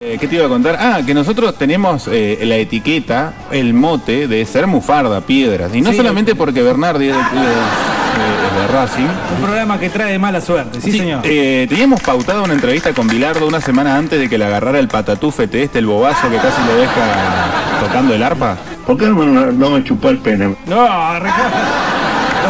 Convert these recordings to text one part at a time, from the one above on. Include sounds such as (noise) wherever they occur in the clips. Eh, ¿Qué te iba a contar? Ah, que nosotros tenemos eh, la etiqueta, el mote de ser mufarda, piedras. Y no Sí. solamente porque Bernardi es de, es de- de Racing. Un programa que trae mala suerte, sí, Sí, señor. eh, teníamos pautada una entrevista con Bilardo una semana antes de que le agarrara el patatúfete este, el bobazo que casi lo deja tocando el arpa. ¿Por qué no me, no me chupó el pene? No, arregla-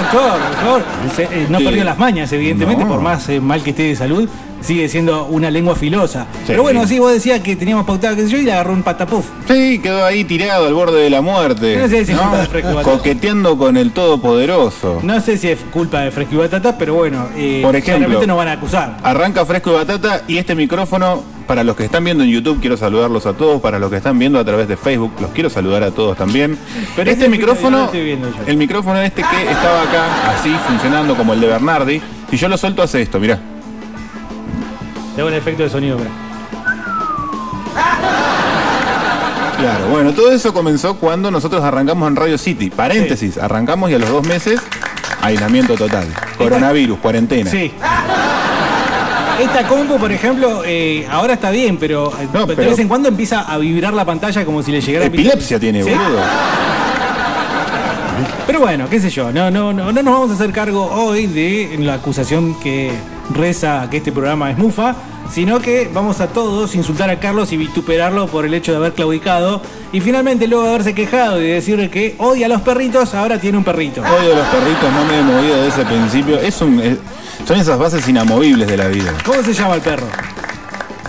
Doctor, doctor, se- eh, no Sí. perdió las mañas, evidentemente, No. por más eh, mal que esté de salud, sigue siendo una lengua filosa. Pero bueno, Sí. sí, vos decías que teníamos pautado, qué sé yo, y le agarró un patapuf. Sí, quedó ahí tirado al borde de la muerte. No sé si (laughs) fue tan fresco, ¿no? Batata. Coqueteando con el todopoderoso. No sé si es culpa de Fresco y Batata, pero bueno, eh, Por ejemplo. claramente nos van a acusar. Arranca Fresco y Batata y este micrófono, para los que están viendo en YouTube, quiero saludarlos a todos, para los que están viendo a través de Facebook, los quiero saludar a todos también. Pero Pero este ese video no lo micrófono, estoy viendo yo. el micrófono este que estaba acá, así, funcionando como el de Bernardi, si yo lo suelto hace esto, mirá. Le hago el efecto de sonido, pero. Claro, bueno, todo eso comenzó cuando nosotros arrancamos en Radio City. Paréntesis, arrancamos y a los dos meses, aislamiento total. Coronavirus, cuarentena. Sí. Esta compu, por ejemplo, eh, ahora está bien, pero, eh, No, de pero- vez en cuando empieza a vibrar la pantalla como si le llegara Epilepsia tiene, Sí. boludo. Pero bueno, qué sé yo, no, no, no, no nos vamos a hacer cargo hoy de la acusación que reza que este programa es mufa, sino que vamos a todos insultar a Carlos y vituperarlo por el hecho de haber claudicado y finalmente luego de haberse quejado y de decir que odia a los perritos, ahora tiene un perrito. Odio a los perritos, no me he movido de ese principio. Es un, es- son esas bases inamovibles de la vida. ¿Cómo se llama el perro?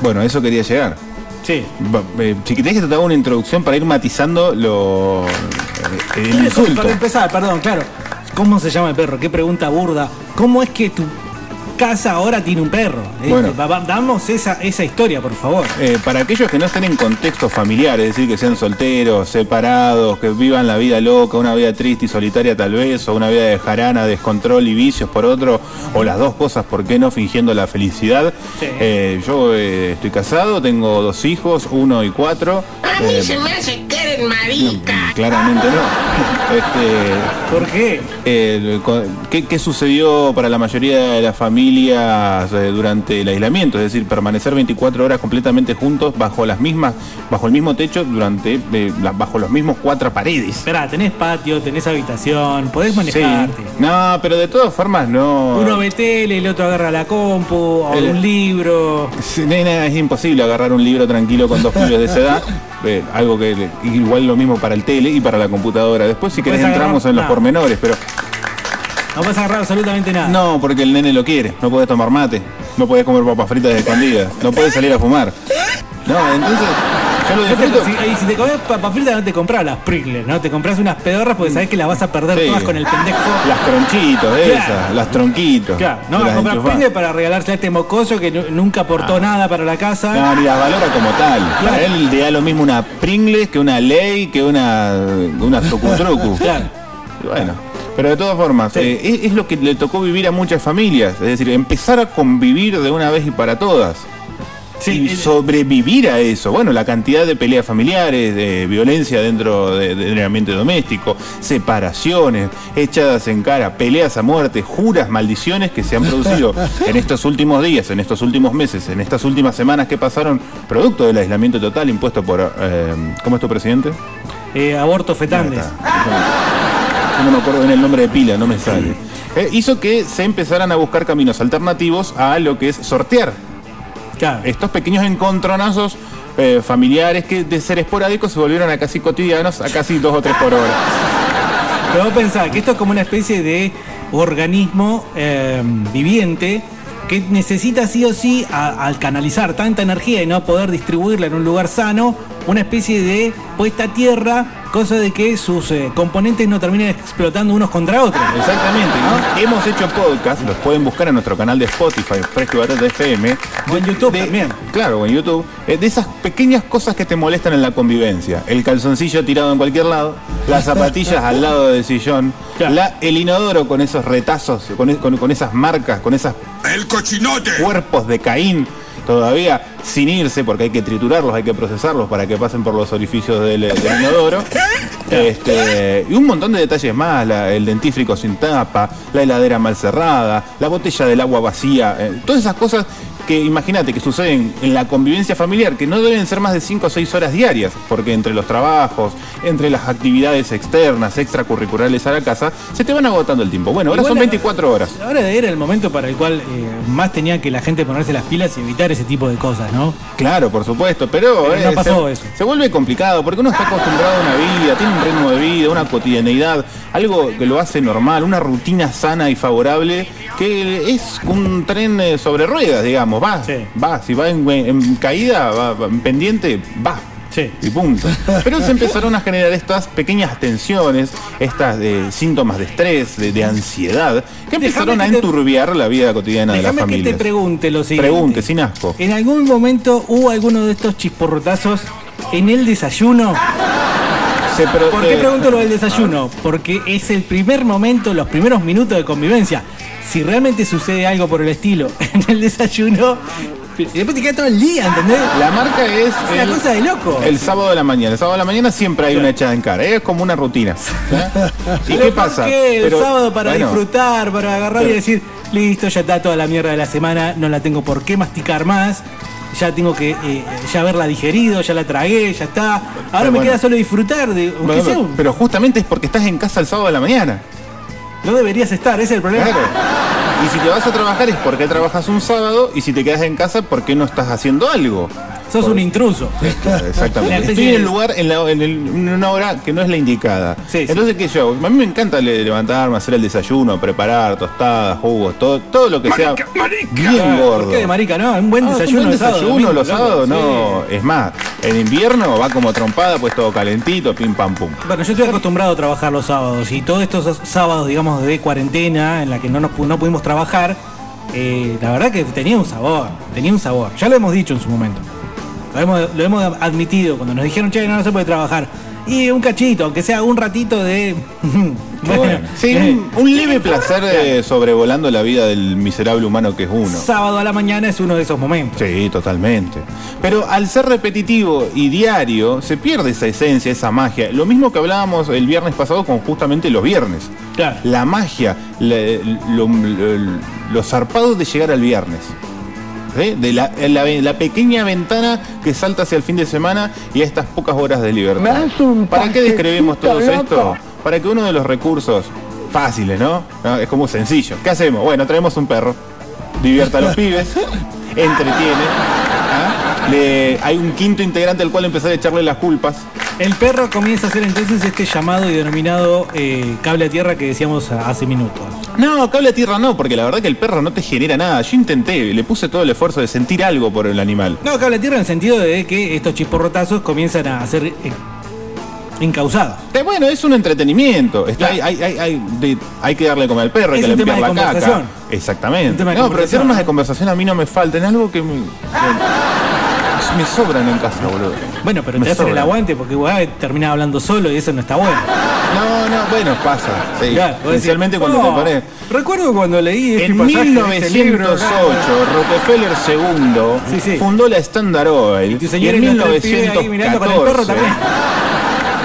Bueno, a eso quería llegar. Sí. Va- eh, si querés que te haga una introducción para ir matizando lo, eh, el insulto. Para empezar, perdón, claro. ¿Cómo se llama el perro? Qué pregunta burda. ¿Cómo es que tu casa ahora tiene un perro? Eh, Bueno. va- va- Damos esa, esa historia, por favor. Eh, para aquellos que no estén en contexto familiar, es decir, que sean solteros, separados, que vivan la vida loca, una vida triste y solitaria tal vez, o una vida de jarana, descontrol y vicios por otro, o las dos cosas, ¿por qué no? Fingiendo la felicidad. Sí. Eh, yo eh, estoy casado, tengo dos hijos, uno y cuatro. A Eh, mí se me hace que eres marica. claramente (laughs) no. Este, ¿Por qué? el- co- ¿qué, qué sucedió para la mayoría de las familias eh, durante el aislamiento? Es decir, permanecer 24 horas completamente juntos bajo las mismas, bajo el mismo techo, durante eh, la- bajo los mismos cuatro paredes. Esperá, tenés patio, tenés habitación, podés manejarte. No, pero de todas formas no. Uno ve tele, el otro agarra la compu, o El- un libro. Sí, nena, es imposible agarrar un libro tranquilo con dos pibes de esa (laughs) edad. Eh, algo que le- igual lo mismo para el tele y para la computadora. Después si querés Puedes agarrar- entramos en los no. pormenores, pero No vas a agarrar absolutamente nada. No, porque el nene lo quiere. No podés tomar mate. No podés comer papas fritas escondidas. No podés salir a fumar. No, entonces, yo lo No te- disfruto. si, y si te comes papas fritas no te compras las Pringles, ¿no? Te compras unas pedorras porque sabés que las vas a perder Mm. Sí. todas con el pendejo. Las tronchitos, esas, Claro. las tronquitos. Claro, no Te vas a las comprar enchufás. Pringles para regalarse a este mocoso que nu- nunca aportó Ah. nada para la casa. No, ni las valora como tal. Para Claro. él le da lo mismo una Pringles que una Ley, que una, una Sucutrucu. Claro. Y Bueno, pero de todas formas, Sí. eh, es, es lo que le tocó vivir a muchas familias. Es decir, empezar a convivir de una vez y para todas. Sí, eh, y el- sobrevivir a eso. Bueno, la cantidad de peleas familiares, de violencia dentro de- de- del ambiente doméstico, separaciones, echadas en cara, peleas a muerte, juras, maldiciones que se han (laughs) producido en estos últimos días, en estos últimos meses, en estas últimas semanas que pasaron, producto del aislamiento total impuesto por... eh, ¿Cómo es tu presidente? eh, aborto Ahí fetandes. está. Yo no me acuerdo bien el nombre de pila, no me sale. Eh, hizo que se empezaran a buscar caminos alternativos a lo que es sortear Claro. estos pequeños encontronazos eh, familiares que de ser esporádicos se volvieron a casi cotidianos, a casi dos o tres por hora. Pero vos pensás que esto es como una especie de organismo eh, viviente que necesita sí o sí, a- al canalizar tanta energía y no poder distribuirla en un lugar sano, una especie de puesta a tierra, cosa de que sus eh, componentes no terminen explotando unos contra otros. Ah. Exactamente. ¿no? Hemos hecho podcast, los pueden buscar en nuestro canal de Spotify, Fresco y Batata FM. O en YouTube de- también. Claro, o en YouTube. eh, de esas pequeñas cosas que te molestan en la convivencia. El calzoncillo tirado en cualquier lado, (laughs) las zapatillas al lado del sillón, Claro. la- el inodoro con esos retazos, con, es- con- con esas marcas, con esas El cochinote. cuerpos de Caín todavía sin irse, porque hay que triturarlos, hay que procesarlos para que pasen por los orificios del, del inodoro. Este, y un montón de detalles más, la- el dentífrico sin tapa, la heladera mal cerrada, la botella del agua vacía, eh, todas esas cosas que imagínate que suceden en la convivencia familiar, que no deben ser más de 5 o 6 horas diarias, porque entre los trabajos, entre las actividades externas, extracurriculares a la casa, se te van agotando el tiempo. Bueno, ahora Igual son la- 24 horas. Ahora era el momento para el cual eh, más tenía que la gente ponerse las pilas y evitar ese tipo de cosas, ¿no? Claro, por supuesto, pero, Pero no eh, pasó se, eso. se vuelve complicado porque uno está acostumbrado a una vida, tiene un ritmo de vida, una cotidianeidad, algo que lo hace normal, una rutina sana y favorable, que es un tren eh, sobre ruedas, digamos, va, Sí. va, si va en, en caída, va, va en pendiente, va. Sí. Y punto. Pero se empezaron a generar estas pequeñas tensiones, estas eh, síntomas de estrés, de, de ansiedad, que Déjame empezaron que a te- enturbiar la vida cotidiana de la Déjame que familia. te pregunte Eh, lo siguiente. Pregunte, sin asco. ¿En algún momento hubo alguno de estos chisporrotazos en el desayuno? Se pro- ¿Por qué eh, pregunto lo del desayuno? Porque es el primer momento, los primeros minutos de convivencia. Si realmente sucede algo por el estilo (laughs) en el desayuno, y después te queda todo el día, ¿entendés? La marca es. Es una cosa de loco. El sábado de la mañana. El sábado de la mañana siempre hay una echada en cara. ¿eh? Es como una (laughs) rutina. ¿eh? ¿Y Pero qué ¿por pasa? qué? El Pero, sábado para bueno, disfrutar, para agarrar y pero- decir, listo, ya está toda la mierda de la semana, no la tengo por qué masticar más, ya tengo que eh, ya haberla digerido, ya la tragué, ya está. Ahora me bueno. queda solo disfrutar de aunque bueno, sea un- pero justamente es porque estás en casa el sábado de la mañana. No deberías estar, ese es el problema. Claro. Y si te vas a trabajar es porque trabajas un sábado y si te quedas en casa porque no estás haciendo algo. Sos un intruso. (laughs) Una Exactamente. especie Estoy en el de- lugar, en, la- en el- en una hora que no es la indicada. Sí, sí. Entonces, ¿qué yo hago? A mí me encanta le- levantarme, hacer el desayuno, preparar tostadas, jugos, todo, todo lo que sea bien gordo. Ah, ¿Por qué de marica, no? Un buen Ah, desayuno, un buen el sábado, desayuno domingo, los loco, sábados, sí. no. Es más, en invierno va como trompada, pues todo calentito, pim pam pum. Bueno, yo estoy acostumbrado a trabajar los sábados y todos estos sábados, digamos, de cuarentena en la que no, nos, pu- no pudimos trabajar, eh, la verdad que tenía un sabor, tenía un sabor. Ya lo hemos dicho en su momento. Lo hemos, lo hemos admitido cuando nos dijeron, che, no, no se puede trabajar. Y un cachito, aunque sea un ratito de... (laughs) bueno, Bueno, sí, eh, un, un leve placer eh, sobrevolando la vida del miserable humano que es uno. sábado a la mañana es uno de esos momentos. Sí, totalmente. Pero al ser repetitivo y diario, se pierde esa esencia, esa magia. Lo mismo que hablábamos el viernes pasado con justamente los viernes. Claro. La magia, la- lo, lo- lo zarpado de llegar al viernes. ¿Sí? De la, la- la pequeña ventana que salta hacia el fin de semana y a estas pocas horas de libertad. ¿Para qué describimos todo esto? Para que uno de los recursos fáciles, ¿no? ¿No? Es como sencillo. ¿Qué hacemos? Bueno, traemos un perro. Divierta a los pibes. Entretiene. ¿ah? Le- hay un quinto integrante al cual empezar a echarle las culpas. El perro comienza a hacer entonces este llamado y denominado eh, cable a tierra que decíamos hace minutos. No, cable a tierra no, porque la verdad que el perro no te genera nada. Yo intenté, le puse todo el esfuerzo de sentir algo por el animal. No, cable a tierra en el sentido de que estos chisporrotazos comienzan a ser eh, encausados. Eh, bueno, es un entretenimiento. Está, Claro. hay, hay- hay- de- hay que darle de comer al perro, hay Es que un tema limpiar de la caca. conversación. Exactamente. Un tema de no, pero conversación. temas de conversación a mí no me faltan. Algo que me, que me sobran en casa, boludo. Bueno, pero Me te hacen el sobran. aguante porque igual terminás hablando solo y eso no está bueno. No, no, bueno, pasa. Sí. Claro, vos decís, Inicialmente cuando "Oh, te pones. Recuerdo cuando leí este En pasaje de 1908, este libro, claro. Rockefeller II Sí, sí. fundó la Standard Oil. Y y en señores, los tres pibes ahí mirando con el perro 1914, también.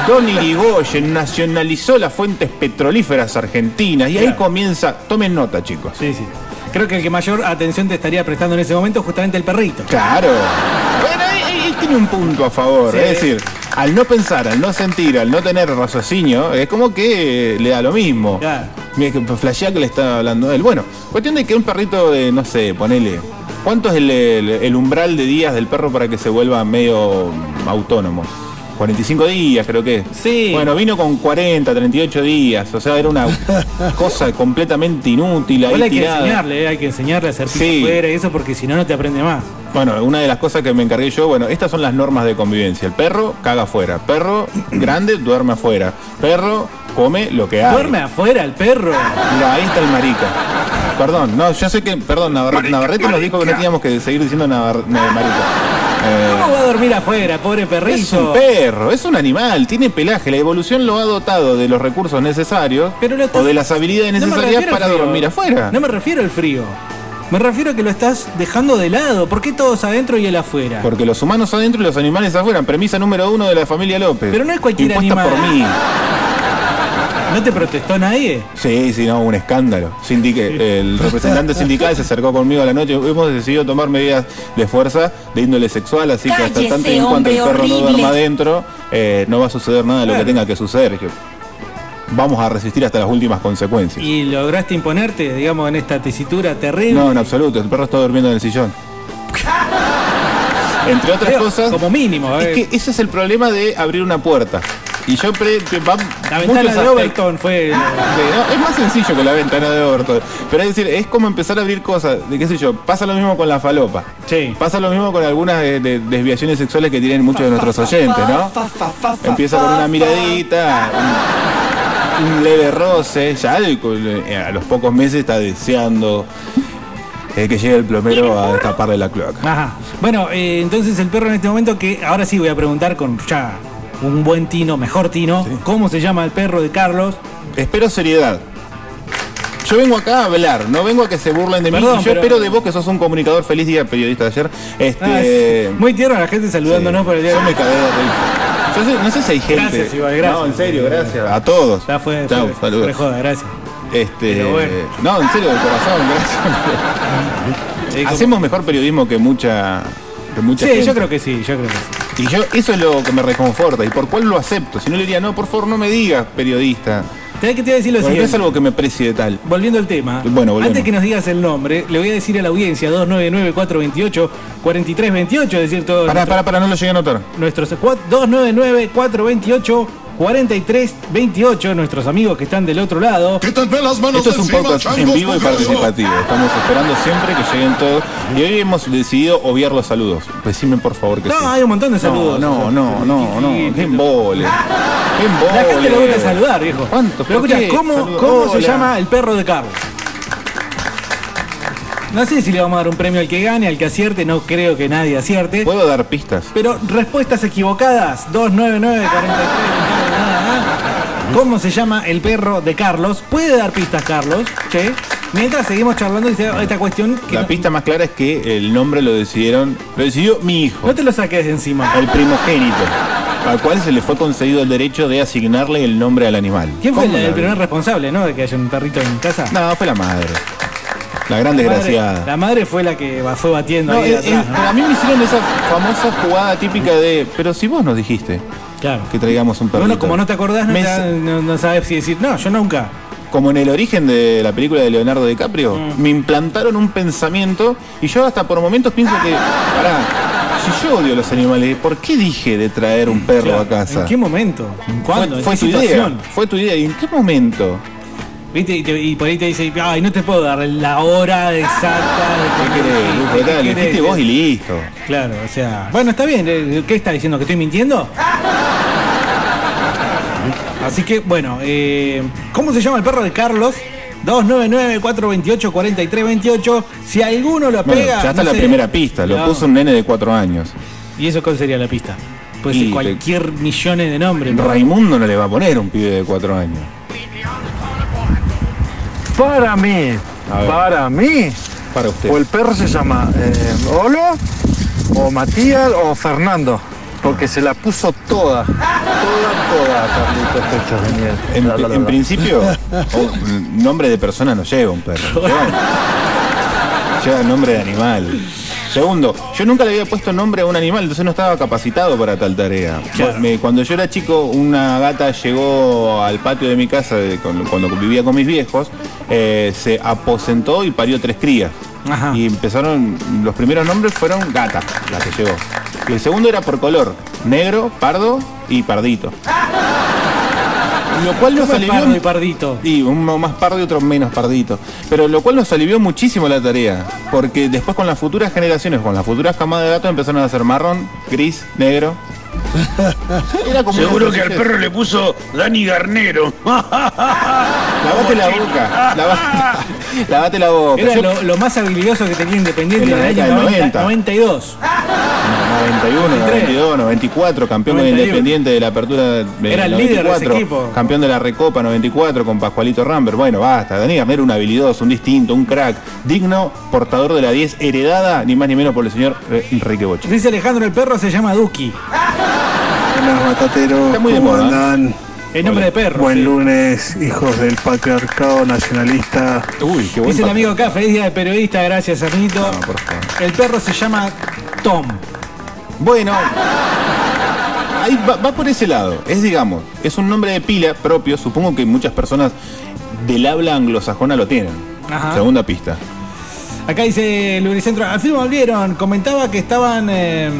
Don Irigoyen nacionalizó las fuentes petrolíferas argentinas. Y ahí Claro. comienza. Tomen nota, chicos. Sí, sí. Creo que el que mayor atención te estaría prestando en ese momento es justamente el perrito. Claro. Bueno, él, él- él tiene un punto a favor. Sí. Es decir, al no pensar, al no sentir, al no tener raciocinio, es como que eh, le da lo mismo. Claro. Mira que flashea que le está hablando a él. Bueno, cuestión de que un perrito de, no sé, ponele. ¿Cuánto es el, el- el umbral de días del perro para que se vuelva medio autónomo? 45 días creo que. es. Sí. Bueno, vino con 40, 38 días. O sea, era (laughs) una cosa completamente inútil. Ahí Igual hay que tirada. enseñarle, eh, hay que enseñarle a hacer piso Sí. afuera y eso porque si no, no te aprende más. Bueno, una de las cosas que me encargué yo, bueno, estas son las normas de convivencia. El perro caga afuera. Perro grande duerme afuera. Perro come lo que hay. Duerme afuera el perro. Mira, ahí está el marica. Perdón, no, yo sé que, perdón, Navarre- Navarrete nos dijo que no teníamos que seguir diciendo Navar- na- marica. Eh, ¿Cómo va a dormir afuera, pobre perrito? es un perro, es un animal, tiene pelaje. La evolución lo ha dotado de los recursos necesarios Pero lo estás- o de las habilidades No me necesarias refiero al para frío. dormir afuera. No me refiero al frío. Me refiero a que lo estás dejando de lado. ¿Por qué todos adentro y él afuera? Porque los humanos adentro y los animales afuera. Premisa número uno de la familia López. Pero no es cualquier Impuesta animal. por mí. ¿No te protestó nadie? Sí, sí, no, un escándalo. Sindique- (laughs) el representante sindical se acercó conmigo a la noche. Hemos decidido tomar medidas de fuerza de índole sexual, así que hasta Cállese, tanto y en cuanto el hombre perro no horrible. duerma adentro, eh, no va a suceder nada de lo que Claro. tenga que suceder. Dije, Vamos a resistir hasta las últimas consecuencias. ¿Y lograste imponerte, digamos, en esta tesitura terrible? No, en absoluto, el perro está durmiendo en el (laughs) sillón. Entre otras Creo, cosas, Como mínimo, es eh. que ese es el problema de abrir una puerta. Y yo pre, te- va- La muchos ventana de aspectos- Ah. Overton fue. Sí, no, es más sencillo que la ventana de Overton. Pero es decir, es como empezar a abrir cosas. De qué sé yo, pasa lo mismo con la falopa. Sí. Pasa lo mismo con algunas eh, de- desviaciones sexuales que tienen muchos de nuestros oyentes, ¿no? Empieza con una miradita, un, un leve roce, ya algo, eh, a los pocos meses está deseando eh, que llegue el plomero a destaparle la cloaca. Ajá. Bueno, eh, entonces el perro en este momento que ahora sí voy a preguntar con ya un buen tino, mejor tino, ¿cómo se llama el perro de Carlos? Espero seriedad. Yo vengo acá a hablar, no vengo a que se burlen de mí. Perdón, Y Yo pero- espero de vos que sos un comunicador feliz día periodista de ayer. Ah, Este, es muy tierno la gente saludándonos sí. por el día. de Yo hoy. me cagué de risa. Yo sé- no sé si hay gente. Gracias, Ibai, gracias. No, en serio, gracias. A todos. Ya fue, Chau, fue- saludos. fue joda, gracias. Este, Pero bueno. No, en serio, de corazón, (laughs) gracias. Eh, como- Hacemos mejor periodismo que mucha. Que mucha Sí, gente. yo creo que sí, yo creo que sí. Y yo, eso es lo que me reconforta. ¿Y por cuál lo acepto? Si no le diría, no, por favor, no me digas, periodista. Te, que te voy a decir lo Porque siguiente. es algo que me precie de tal. Volviendo al tema, Bueno, volvemos. antes que nos digas el nombre, le voy a decir a la audiencia 299-428-4328, es decir, todos Pará, nuestros- pará, pará, no lo llegué a notar. nuestros 299-428-4328, nuestros amigos que están del otro lado. Quítate las manos Esto es de un encima, podcast en changos vivo y mugrosos. participativo. Estamos esperando siempre que lleguen todos. Y hoy hemos decidido obviar los saludos. Decime por favor que No, sí. hay un montón de saludos. No, no, no, no, no. Qué embole. Qué embole. La gente le gusta saludar, viejo. ¿Cuánto? Pero ¿Por escucha, qué? ¿cómo, Saludos. cómo se Hola. llama el perro de Carlos? No sé si le vamos a dar un premio al que gane, al que acierte, no creo que nadie acierte. ¿Puedo dar pistas? Pero respuestas equivocadas, 299 ¿Cómo se llama el perro de Carlos? Puede dar pistas, Carlos, che. Mientras seguimos charlando y se- esta cuestión que La no, pista más clara es que el nombre lo decidieron, lo decidió mi hijo, no te lo saques de encima. el primogénito, al cual se le fue concedido el derecho de asignarle el nombre al animal. ¿Quién fue ¿Cómo el, la el vi? primer responsable, no? De que haya un perrito en casa. No, fue la madre. La gran La madre- desgraciada. La madre fue la que va- fue batiendo No, ahí eh, de atrás, eh, ¿no? a mí me hicieron esa famosa jugada típica de, pero si vos nos dijiste Claro. que traigamos un perrito. Bueno, como no te acordás, no, Me te- sa- no- no sabes si decir, no, yo nunca. como en el origen de la película de Leonardo DiCaprio, Mm. me implantaron un pensamiento y yo hasta por momentos pienso que, pará, si yo odio a los animales, ¿por qué dije de traer un perro Claro. a casa? ¿En qué momento? ¿Cuándo? Fue, ¿En fue qué tu idea, situación? fue tu idea. ¿Y en qué momento? ¿Viste? Y, te- y por ahí te dice, ay, no te puedo dar la hora exacta. de ¿Qué cuando querés, dijiste, Lujo? ¿qué Dale, querés?". fuiste vos y listo. Claro, o sea. Bueno, está bien. eh, ¿Qué está diciendo? ¿Que estoy mintiendo? Así que, bueno, eh, ¿cómo se llama el perro de Carlos? 299-428-4328. Si alguno lo Bueno, pega. ya está no la sé. primera pista, lo No. puso un nene de cuatro años. ¿Y eso cuál sería la pista? Puede Y ser te- cualquier millones de nombres. ¿no? Raimundo no le va a poner un pibe de cuatro años. Para mí, A ver. para mí, Para usted. o el perro se llama eh, Olo, o Matías, o Fernando, porque se la puso toda, toda, toda, Carlitos Pechos de Miel. En, La, la, la, en la. (laughs) principio, o- mm, nombre de persona no lleva un perro. Lleva, lleva nombre de animal. Segundo, yo nunca le había puesto nombre a un animal, entonces no estaba capacitado para tal tarea. Me- cuando yo era chico, una gata llegó al patio de mi casa de- con- cuando vivía con mis viejos, eh, se aposentó y parió tres crías. Ajá. Y empezaron, los primeros nombres fueron gata, la que llegó. Y el segundo era por color, negro, pardo y pardito. Lo cual nos ¿Cómo es alivió pardo y pardito? y uno más pardo y otro menos pardito. Pero lo cual nos alivió muchísimo la tarea. Porque después con las futuras generaciones, con las futuras camadas de gatos, empezaron a hacer marrón, gris, negro. Era como una Seguro que al sociedad. perro le puso Dani (laughs) Garnero. Lavate la boca. lava- (laughs) Lavate la boca. Era Yo- lo, lo más habilidoso que tenía Independiente En en la el año década del 90. 90, 92. 91, 92, 94, campeón de 91. Independiente de la apertura de Era el líder de ese 94, equipo. campeón de la Recopa 94 con Pascualito Rambert. Bueno, basta, Dani Gamero un habilidoso, un distinto, un crack, digno, portador de la 10 heredada ni más ni menos por el señor eh, Enrique Bocha. Dice Alejandro, el perro se llama Duki. Hola, Batatero. Está muy de ¿Cómo moda. andan? El nombre de perro. Buen sí. lunes, hijos del patriarcado nacionalista. Uy, qué Dice el papel. amigo acá, feliz día de periodista, gracias amiguito. No, por favor. El perro se llama Tom. Bueno. Ahí va, va por ese lado. Es, digamos, es un nombre de pila propio. Supongo que muchas personas del habla anglosajona lo tienen. Ajá. Segunda pista. Acá dice el Lubricentro, al fin volvieron, comentaba que estaban... eh,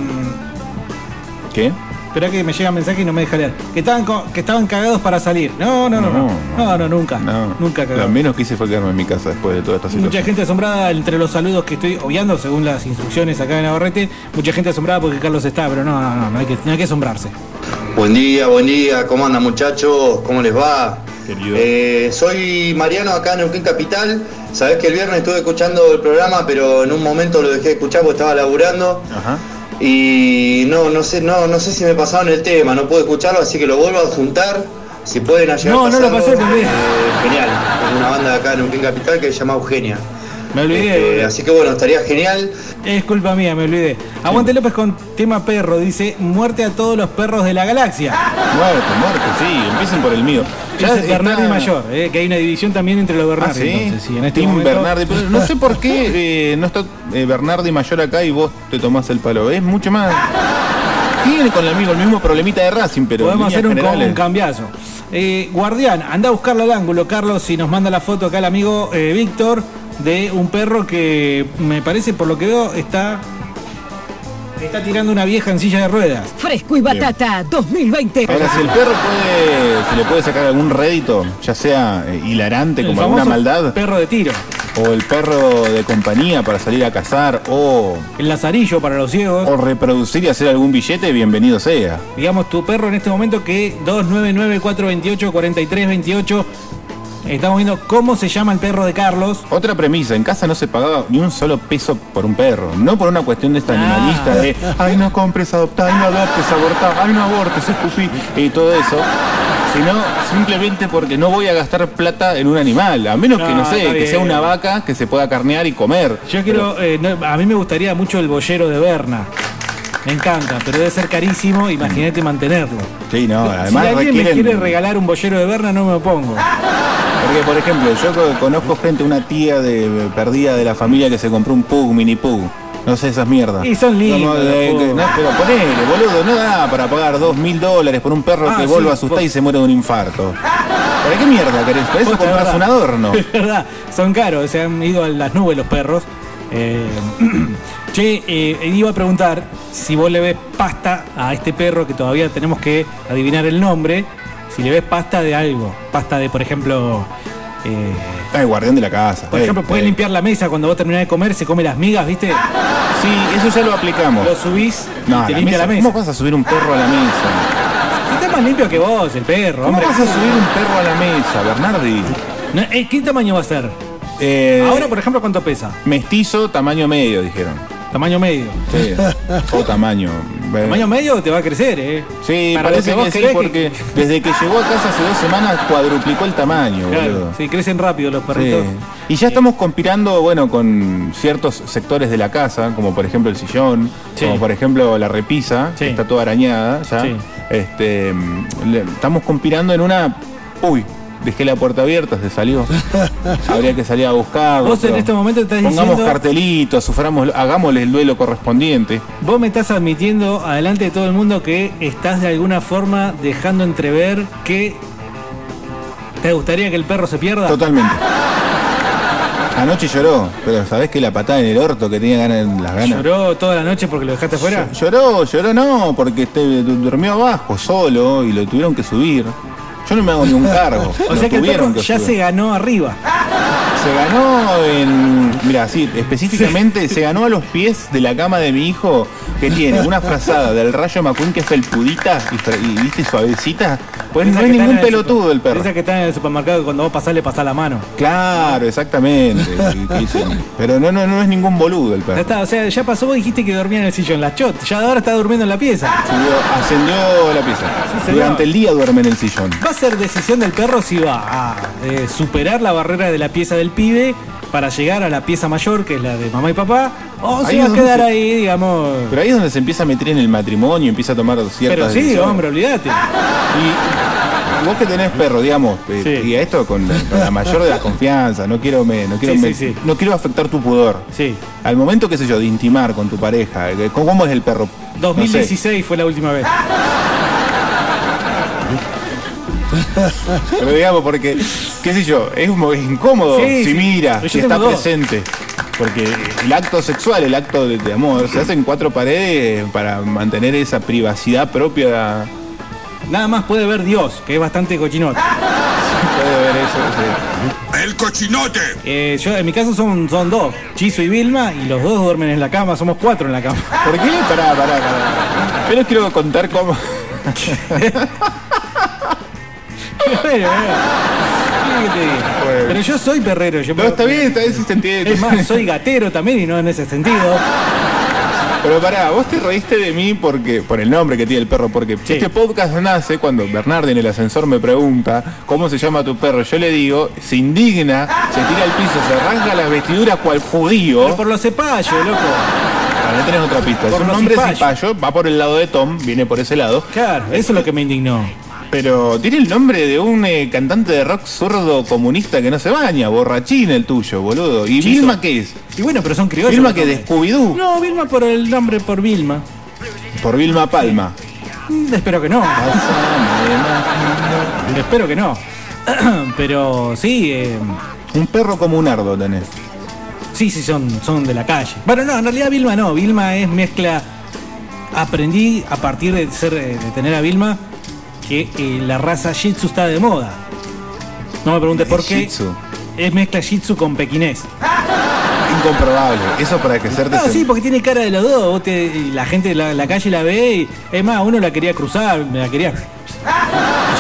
¿Qué? Esperá que me llega un mensaje y no me deja leer. Que estaban, co- que estaban cagados para salir. No, no, no, no. No, no, nunca. Nunca Lo cagados. menos que hice fue quedarme en mi casa después de toda esta situación. Mucha gente asombrada entre los saludos que estoy obviando, según las instrucciones acá en Navarrete. Mucha gente asombrada porque Carlos está, pero no, no, no, no hay que, no hay que asombrarse. Buen día, buen día, ¿cómo andan muchachos? ¿Cómo les va? Querido. Eh, soy Mariano acá en Neuquén Capital. Sabés que el viernes estuve escuchando el programa, pero en un momento lo dejé de escuchar porque estaba laburando. Ajá. Y no, no sé, no, no sé si me pasaron el tema, no pude escucharlo, así que lo vuelvo a juntar. Si pueden a llegar No, no lo pasarlo, pasé, me olvidé. eh, Genial. Es una banda acá en Neuquén Capital que se llama Eugenia. Me olvidé. Este, así que bueno, estaría genial. Es culpa Eh, mía, me olvidé. Aguante López con tema perro, dice muerte a todos los perros de la galaxia. Muerto, muerto, sí. Empiecen por el mío. Ya Ah, está- Bernardi Mayor, eh, que hay una división también entre los Ah, Bernardi. sí. entonces, sí, en este Tim momento- Bernardi. Pero no sé por qué eh, no está eh, Bernardi mayor acá y vos te tomás el palo. Es mucho más. Siguen con el amigo el mismo problemita de Racing, pero. en Podemos líneas hacer un, generales- un cambiazo. Eh, Guardián, anda a buscarla al ángulo, Carlos, y nos manda la foto acá el amigo eh, Víctor de un perro que me parece, por lo que veo, está, está tirando una vieja en silla de ruedas. Fresco y batata 2020. Ahora, si el perro puede, se le puede sacar algún rédito, ya sea eh, hilarante El como alguna famoso maldad, Perro de tiro. o el perro de compañía para salir a cazar, o, El lazarillo para los ciegos. o reproducir y hacer algún billete, bienvenido sea. digamos, tu perro en este momento que 299-428-4328. Estamos viendo cómo se llama el perro de Carlos. Otra premisa, en casa no se pagaba ni un solo peso por un perro, no por una cuestión de esta Ah. animalista de, ay no compres, adoptá, ay no adoptes, abortá, ay no abortes, escupí, y todo eso, sino simplemente porque no voy a gastar plata en un animal, a menos que, No, no sé, Ah, está que sea bien. una vaca que se pueda carnear y comer. Yo quiero, eh, no, a mí me gustaría mucho el boyero de Berna. Me encanta, pero debe ser carísimo, imagínate mantenerlo. Sí, no, Mm. además si alguien requieren- me quiere regalar un boyero de Berna, no me opongo. Porque, por ejemplo, yo co- conozco gente, una tía de perdida de la familia que se compró un Pug, mini Pug. No sé, esas mierdas. Y son lindos Como de- los que- Pug. no, pero ponele, boludo, no da para pagar dos mil dólares por un perro Ah, que vos sí, lo asustás vos- y se muere de un infarto. ¿Para qué mierda querés? Para eso Posta, compras verdad. un adorno. (laughs) Es verdad, son caros, se han ido a las nubes los perros. Eh, (clears throat) che, eh, iba a preguntar si vos le ves pasta a este perro que todavía tenemos que adivinar el nombre, si le ves pasta de algo, pasta de, por ejemplo, eh, Ay, guardián de la casa. eh, por Ey, ejemplo, puedes ey. limpiar la mesa cuando vos terminás de comer, se come las migas, ¿viste? Sí, eso ya lo aplicamos. Lo subís y No, te la limpia mesa- la mesa. ¿Cómo vas a subir un perro a la mesa? Está más limpio que vos, el perro, ¿Cómo hombre. vas a subir un perro a la mesa, Bernardi? No, eh, ¿Qué tamaño va a ser? Eh, Ahora, por ejemplo, ¿cuánto pesa? Mestizo, tamaño medio, dijeron. Tamaño medio. Sí. o tamaño. Tamaño medio te va a crecer, ¿eh? Sí, Para lo parece vos que sí, querés porque desde que llegó a casa hace dos semanas cuadruplicó el tamaño, Claro, boludo. sí, crecen rápido los Sí. perritos. Y ya estamos conspirando, bueno, con ciertos sectores de la casa, como por ejemplo el sillón, Sí. como por ejemplo la repisa, Sí. que está toda arañada, ya. Sí. Este, mm, le- estamos conspirando en una... Uy, dejé la puerta abierta, se (laughs) salió. Habría que salir a buscarlo. Vos en pero este momento estás Pongamos diciendo- cartelitos, suframos, hagámosle el duelo correspondiente. Vos me estás admitiendo adelante de todo el mundo que estás de alguna forma dejando entrever que te gustaría que el perro se pierda. Totalmente. Anoche lloró, pero ¿sabés que la patada en el orto que tenía ganas, las ganas? Lloró toda la noche porque lo dejaste afuera. Lloró, lloró no, porque este, du- durmió abajo solo y lo tuvieron que subir. Yo no me hago ningún cargo. (laughs) O lo sea que el tuvieron perro que Ah, ya se subir. ganó arriba. Se ganó en. Mira, sí, específicamente se ganó a los pies de la cama de mi hijo, que tiene una frazada del rayo Macun que es felpudita y, fra- y, viste suavecita. Pues Esa no hay que está en ningún el pelotudo super- del perro. Esa que está en el supermercado que cuando vos pasás le pasás la mano. Claro, (laughs) exactamente. Y- y- Pero no, no, no es ningún boludo el Ya perro. está, o sea, ya pasó, vos dijiste que dormía en el sillón, la chot. Ya ahora está durmiendo en la pieza. Subió- ascendió la pieza. señor. Durante el día duerme en el sillón. Va a ser decisión del perro si va a eh, superar la barrera de la pieza del pibe para llegar a la pieza mayor, que es la de mamá y papá, o Ahí se va es a donde quedar se- ahí, digamos. Pero ahí es donde se empieza a meter en el matrimonio, empieza a tomar ciertas Pero sí, decisiones. hombre, olvídate. Y Vos que tenés perro, digamos, eh, Sí. y a esto con, con la mayor de las confianzas, no quiero me- no quiero Sí, me- sí, sí. no quiero afectar tu pudor. Sí. Al momento, qué sé yo, de intimar con tu pareja, eh, ¿cómo, cómo es el perro? No sé. 2016 fue la última vez. Pero digamos, porque, qué sé yo, es, mo- es incómodo Sí, si sí. mira, Yo si tengo está dos. presente. Porque el acto sexual, el acto de, de amor, se hacen cuatro paredes para mantener esa privacidad propia. Nada más puede ver Dios, que es bastante cochinote. Puede ver eso. sí. ¡El cochinote! Eh, yo, en mi caso son, son dos, Chizo y Vilma, y los dos duermen en la cama, somos cuatro en la cama. (laughs) ¿Por qué? Pará, pará, pará. Pero quiero contar cómo. Bueno, bueno. eh, ¿Qué te digo? Pero yo soy perrero, yo No, está bien, está bien, sí se entiende. Es más, soy gatero también y no en ese sentido. Pero pará, vos te reíste de mí porque por el nombre que tiene el perro, porque Sí. este podcast nace cuando Bernardi en el ascensor me pregunta cómo se llama tu perro. Yo le digo, se indigna, se tira al piso, se rasga las vestiduras cual Pero judío. por los cepallos, Ah. loco. Para no tenés otra pista. Es por un los nombre cipayos. cipayo, va por el lado de Tom, viene por ese lado, Claro, eso es lo que me indignó. pero tiene el nombre de un eh, cantante de rock zurdo comunista que no se baña, borrachín el tuyo, boludo. ¿Y Chizo. Vilma qué es? Y bueno, pero son criollos. Vilma los que de nombres. Scooby-Doo, No, Vilma por el nombre, por Vilma. por Vilma Palma. Mm, Espero que no. Espero que no. (clears throat) Pero sí, eh, Un perro como un ardo tenés. sí, sí, son, son de la calle. Bueno, no, en realidad Vilma no. Vilma es mezcla. Aprendí a partir de, ser, eh, de tener a Vilma que eh, la raza Shih Tzu está de moda. No me preguntes por qué. Shih Tzu. Es mezcla Shih Tzu con pequinés. Incomprobable. Eso para que No, se... sí, porque tiene cara de los dos. Vos te- y la gente de la, la calle la ve y. Es más, uno la quería cruzar, me la quería.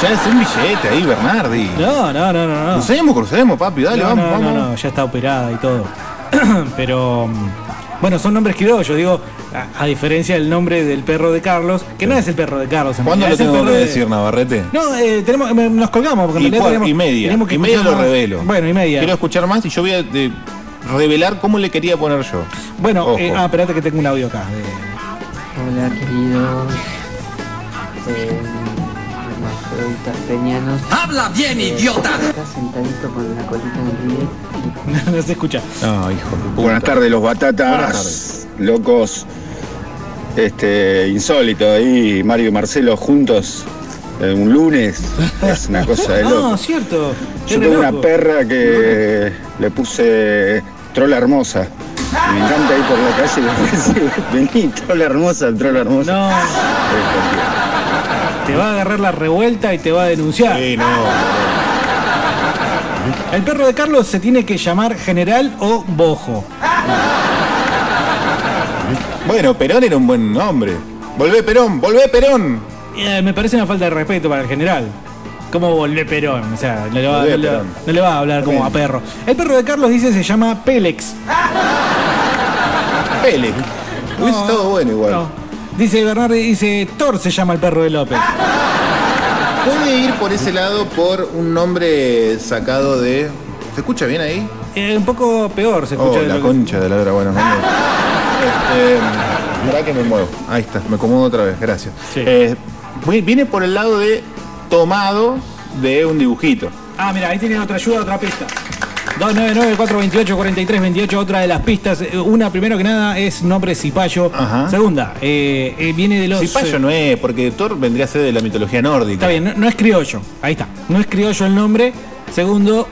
Ya es un billete ahí, Bernardi. No, no, no, no. no. Crucemos, crucemos, papi, dale, no, vamos, no, vamos. no, no, ya está operada y todo. (clears throat) Pero mm, bueno, son nombres criollos, digo, a, a diferencia del nombre del perro de Carlos, que no es el perro de Carlos. en ¿Cuándo realidad, lo es el tengo que perro de- decir, Navarrete? No, eh, tenemos, eh, nos colgamos porque en y, realidad cua- tenemos- y media. tenemos que y media lo escuchar más. revelo. Bueno, y media. Quiero escuchar más y yo voy a eh, revelar cómo le quería poner yo. Bueno, Ojo. eh, ah, espérate que tengo un audio acá. de- (laughs) Hola queridos eh, hermafroditas peñanos. ¡Habla bien, idiota! Estás sentadito con la colita en el pie y no se escucha. No, hijo de puta. Buenas tardes, los batatas. Buenas tardes. Locos. Este, insólito ahí, Mario y Marcelo juntos eh, un lunes. Es una cosa de (laughs) No, loco. cierto. Yo es de tengo una loco. perra que le puse trola hermosa. Me encanta ir por la calle y (laughs) me dice, vení, trola hermosa, trola hermosa. No, te va a agarrar la revuelta y te va a denunciar. Sí, no. El perro de Carlos se tiene que llamar general o bojo. Bueno, Perón era un buen nombre. Volvé, Perón, volvé, Perón. Eh, me parece una falta de respeto para el general. ¿Cómo volvé Perón? O sea, no le va, Volvé, no le- Perón. no le va a hablar como a perro. El perro de Carlos dice se llama Pélex. Pele. Hubiese estado bueno igual. No. Dice Bernardi, dice Thor se llama el perro de López. Ah. Puede ir por ese lado por un nombre sacado de. ¿Se escucha bien ahí? Eh, un poco peor se escucha. Oh, de la lo que- Ah. concha de la lora, bueno. bueno. Este, mirá que me muevo. Ahí está, me acomodo otra vez, gracias. Sí. Eh, vi- viene por el lado de tomado de un dibujito. Ah, mira, ahí tienen otra ayuda, otra pista. 299-428-4328, otra de las pistas. Eh, Una, primero que nada, es nombre Cipayo. Ajá. Segunda, eh, eh, viene de los... Cipayo eh, no es, porque Thor vendría a ser de la mitología nórdica. Está bien, no, no es criollo. Ahí está. No es criollo el nombre. Segundo,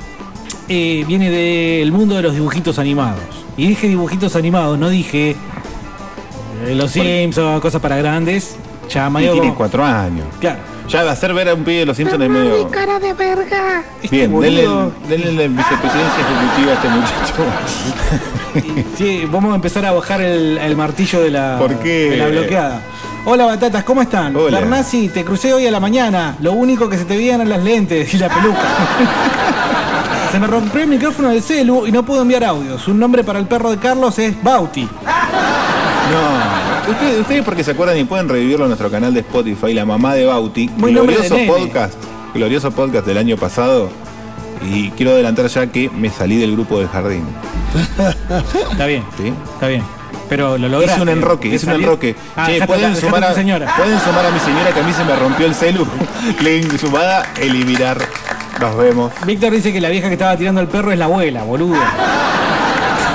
eh, viene del mundo de los dibujitos animados. Y dije dibujitos animados, no dije eh, Los Sims o cosas para grandes. Ya Y medio tiene como- cuatro años. Claro. Ya va a hacer ver a un pibe de los Simpsons en medio. cara de verga! Este Bien, denle, boludo- denle la vicepresidencia ejecutiva a este muchacho. Sí, vamos a empezar a bajar el, el martillo de la, ¿Por qué? de la bloqueada. Hola batatas, ¿cómo están? Hola. Bernasi, te crucé hoy a la mañana. Lo único que se te veían eran las lentes y la (laughs) peluca. se me rompió el micrófono del celu y no puedo enviar audios. Un nombre para el perro de Carlos es Bauti. No. Ustedes, ustedes porque se acuerdan y pueden revivirlo en nuestro canal de Spotify, La Mamá de Bauti, Muy nombre de glorioso nene. podcast, glorioso podcast del año pasado. Y quiero adelantar ya que me salí del grupo del jardín. Está bien, ¿sí? está bien. Pero lo Hice lograste. un enroque, Te hice un salió- enroque. Ah, Che, dejate- ¿pueden dejate sumar, a a, tu señora. pueden sumar a mi señora que a mí se me rompió el (laughs) celu. Link sumada, eliminar. Nos vemos. Víctor dice que la vieja que estaba tirando al perro es la abuela, boludo. Ah.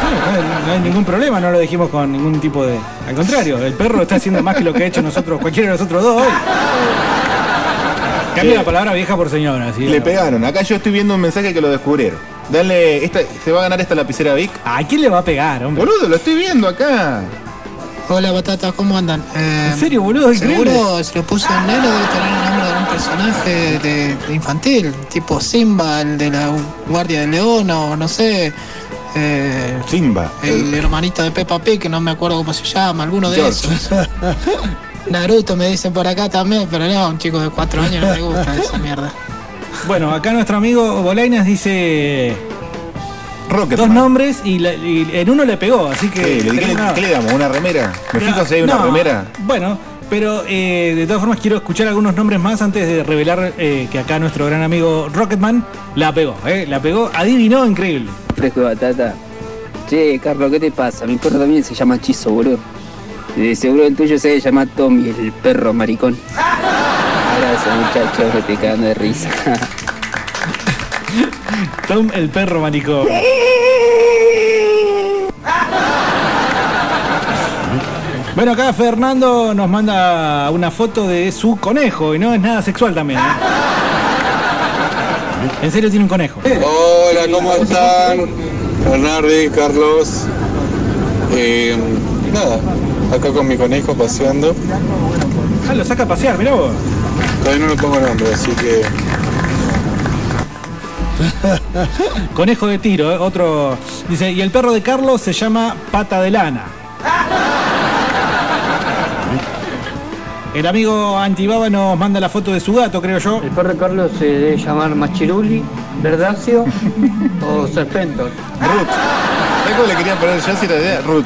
No, no hay- no hay ningún problema, no lo dijimos con ningún tipo de. Al contrario, el perro está haciendo más que lo que ha hecho nosotros, cualquiera de nosotros dos hoy. Cambia Sí. la palabra vieja por señora, ¿sí? Le pegaron. Acá yo estoy viendo un mensaje que lo descubrieron. Dale, esta, ¿se va a ganar esta lapicera Vic? ¿A quién le va a pegar, hombre? Boludo, lo estoy viendo acá. Hola batatas, ¿cómo andan? Eh, ¿En serio, boludo? Increíble. Seguro se lo puso en negro debe tener el nombre de un personaje de, de infantil, tipo Simba, el de la Guardia del León, o no sé, eh, Simba. el hermanito de Peppa Pig, que no me acuerdo cómo se llama, alguno de George. esos. Naruto me dicen por acá también, pero no, a un chico de cuatro años no le gusta esa mierda. Bueno, acá nuestro amigo Bolainas dice. Dos nombres y, la- y en uno le pegó, así que. ¿Qué, le, qué le- terminado. qué le damos? ¿Una remera? ¿Me Pero, fijo si hay una no, remera? Bueno, pero eh, de todas formas quiero escuchar algunos nombres más antes de revelar eh, que acá nuestro gran amigo Rocketman la pegó, eh, la pegó, adivinó, increíble. Fresco de batata. Che, Carlos, ¿qué te pasa? Mi perro también se llama Chizo, boludo. De seguro el tuyo se llama Tommy, el perro maricón. Abrazo, muchachos, que te cagan de risa. Tom el perro maricón. Bueno, acá Fernando nos manda una foto de su conejo y no es nada sexual también. ¿eh? En serio tiene un conejo. Hola, ¿cómo están? Bernardi, Carlos. Eh, nada, acá con mi conejo paseando. Ah, lo saca a pasear, mirá vos. Todavía no le pongo nombre, así que. Conejo de tiro, ¿eh? otro. Dice, y el perro de Carlos se llama Pata de (laughs) Lana. El amigo Antibaba nos manda la foto de su gato, creo yo. (laughs) El perro de Carlos se debe llamar Machiruli, (laughs) Verdacio o Serpentor. Ruth. ¿Sabes cómo le quería poner yo si era idea? Ruth.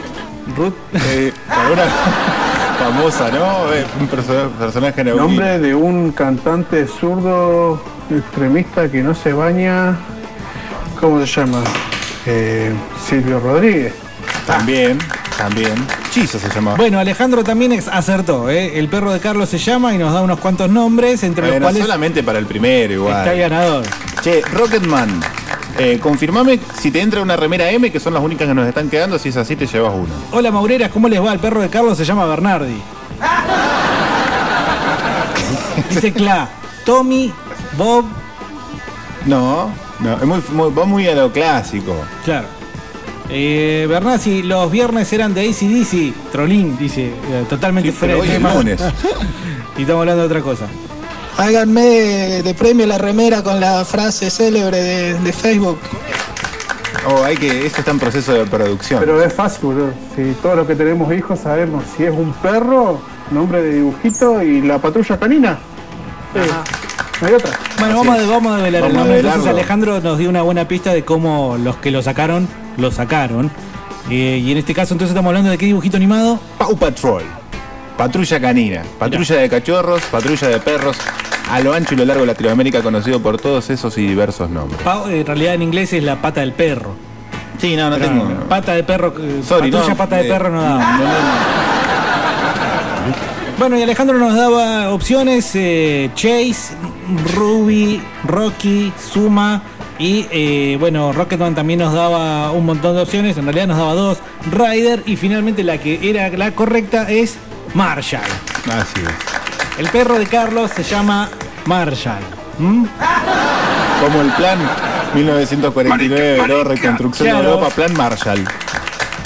Ruth, eh, para una (laughs) famosa, ¿no? Eh, un persona- personaje neuquino. Nombre de un cantante zurdo extremista que no se baña. ¿Cómo se llama? Eh, Silvio Rodríguez. También, también. Chizo se llamaba. Bueno, Alejandro también ex- acertó, ¿eh? El perro de Carlos se llama y nos da unos cuantos nombres, entre Bueno, los cuales solamente para el primero igual. está el ganador. Che, Rocketman, eh, confirmame si te entra una remera M, que son las únicas que nos están quedando, si es así te llevas una. Hola Maureras, ¿cómo les va? El perro de Carlos se llama Bernardi. (laughs) Dice Cla, Tommy, Bob, No, no, es muy, muy- va muy a lo clásico. Claro. Eh, Bernasi, los viernes eran de ACDC. Trolín, dice. eh, totalmente Sí, fuera pero de hoy es tema. (laughs) lunes. Y estamos hablando de otra cosa. Háganme de premio la remera con la frase célebre de- de Facebook. Oh, hay que, esto está en proceso de producción. Pero es fácil, boludo. Si todos los que tenemos hijos sabemos si es un perro, nombre de dibujito y la patrulla canina. Sí. No hay otra. Bueno, vamos, a- vamos a develar el Vamos a nombre. Entonces develarlo. Alejandro nos dio una buena pista de cómo los que lo sacaron, lo sacaron. Eh, y en este caso entonces estamos hablando de qué dibujito animado. Pau Patrol. Patrulla canina, patrulla de cachorros, patrulla de perros, a lo ancho y lo largo de Latinoamérica conocido por todos esos y diversos nombres. Pau, en realidad en inglés es la pata del perro. Sí, no, no tengo- Pata de perro. eh, Sorry, patrulla no, pata de eh, perro no da. Bueno, y Alejandro nos daba opciones: eh, Chase, Ruby, Rocky, Suma. Y eh, bueno, Rocketman también nos daba un montón de opciones. En realidad nos daba dos: Ryder. Y finalmente la que era la correcta es Marshall. Así es. El perro de Carlos se llama Marshall. ¿Mm? Como el plan 1949, ¿no? reconstrucción de Claro. Europa, plan Marshall.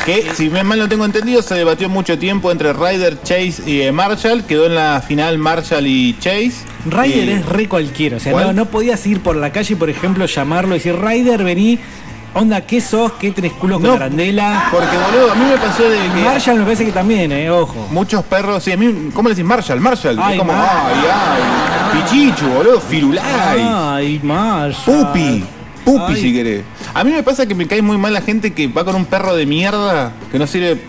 Que, si bien mal no tengo entendido, se debatió mucho tiempo entre Ryder, Chase y eh, Marshall. Quedó en la final Marshall y Chase. Ryder Y- es re cualquiera, o sea, ¿Cuál? no, no podías ir por la calle, por ejemplo, llamarlo y decir, Ryder, vení, onda, ¿qué sos? ¿Qué tenés culo con No, Ah. arandela? Porque, boludo, a mí me pasó de que- Marshall me parece que también, eh, ojo. Muchos perros, sí, a mí, ¿cómo le decís Marshall? Marshall. Ay, Ah. es como, Mar- ay, ay. Pichichu, boludo, Firulai. Ay, Marshall. Pupi. Pupi, Ah. Ay. si querés. A mí me pasa que me cae muy mal la gente que va con un perro de mierda, que no sirve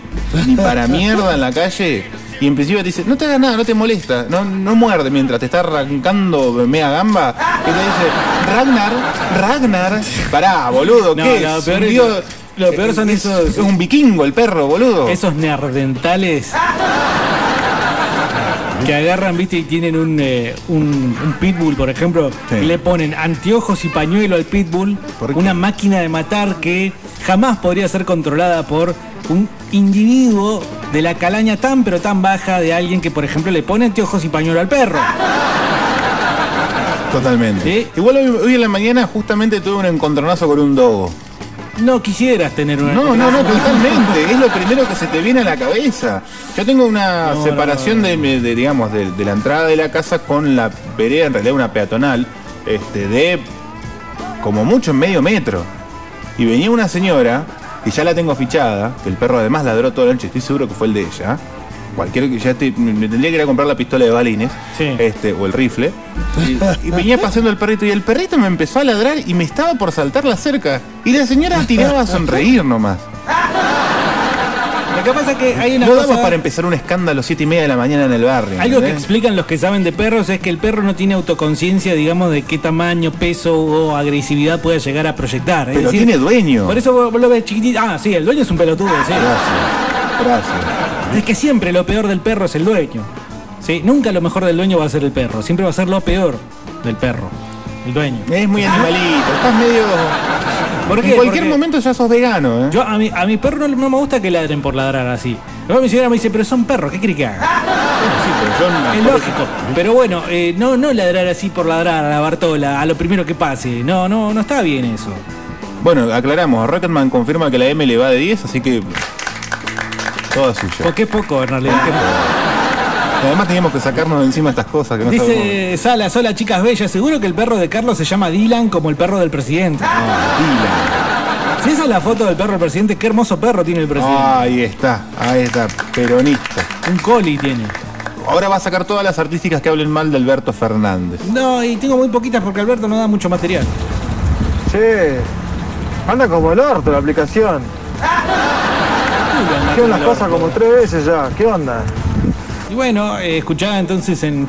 ni para mierda en la calle. Y en principio te dice, no te hagas nada, no te molesta, no, no muerde mientras te está arrancando mea gamba. Y te dice, Ragnar, Ragnar, pará, boludo, No, ¿qué no, es? peor Un es- dios- Lo peor son esos. Es un vikingo el perro, boludo. Esos neardentales. Que agarran, viste, y tienen un, eh, un, un pitbull, por ejemplo, y le ponen anteojos y pañuelo al pitbull, una máquina de matar que jamás podría ser controlada por un individuo de la calaña tan pero tan baja de alguien que, por ejemplo, le pone anteojos y pañuelo al perro. Totalmente. Igual hoy, hoy en la mañana justamente tuve un encontronazo con un dogo. No quisieras tener una. No, (laughs) no, no, totalmente. Es lo primero que se te viene a la cabeza. Yo tengo una separación de mi- De, digamos, de, de la entrada de la casa con la vereda, en realidad una peatonal, este, de como mucho medio metro. Y venía una señora, que ya la tengo fichada, que el perro además ladró toda la noche, estoy seguro que fue el de ella. Cualquier que ya estoy- me tendría que ir a comprar la pistola de balines, este, o el rifle. Y, y venía pasando el perrito y el perrito me empezó a ladrar y me estaba por saltar la cerca. Y la señora tiraba a sonreír nomás. Lo que pasa es que hay una no cosa- daba para empezar un escándalo siete y media de la mañana en el barrio. Algo que ¿entendés? explican los que saben de perros es que el perro no tiene autoconciencia, digamos, de qué tamaño, peso o agresividad puede llegar a proyectar. Es Pero decir, tiene dueño. Por eso vos, vos lo ves chiquitito. Ah, sí, el dueño es un pelotudo, sí. Gracias, gracias. Es que siempre lo peor del perro es el dueño. Sí, nunca lo mejor del dueño va a ser el perro. Siempre va a ser lo peor del perro, el dueño. Es muy animalito, estás medio. Ah. ¿Por En qué? cualquier momento ya sos vegano, ¿eh? Yo a mi, a mi perro no, no me gusta que ladren por ladrar así. Luego mi señora me dice, pero son perros, ¿qué quiere que haga? Es lógico, pero bueno, eh, no, no ladrar así por ladrar a la Bartola, a lo primero que pase. No, no, no está bien eso. Bueno, aclaramos, Rocketman confirma que la M le va de 10, así que. Toda suya. Porque es poco, en realidad. Además teníamos que sacarnos de encima estas cosas que no sabemos. Dice Salas, hola chicas bellas, seguro que el perro de Carlos se llama Dylan como el perro del presidente. Si esa es la foto del perro del presidente, qué hermoso perro tiene el presidente. Ahí está, ahí está, peronista. Un coli tiene. Ahora va a sacar todas las artísticas que hablen mal de Alberto Fernández. No, y tengo muy poquitas porque Alberto no da mucho material. Che, anda como el orto la aplicación. Hicieron las cosas como tres veces ya, ¿qué onda? Y bueno, eh, escuchá entonces en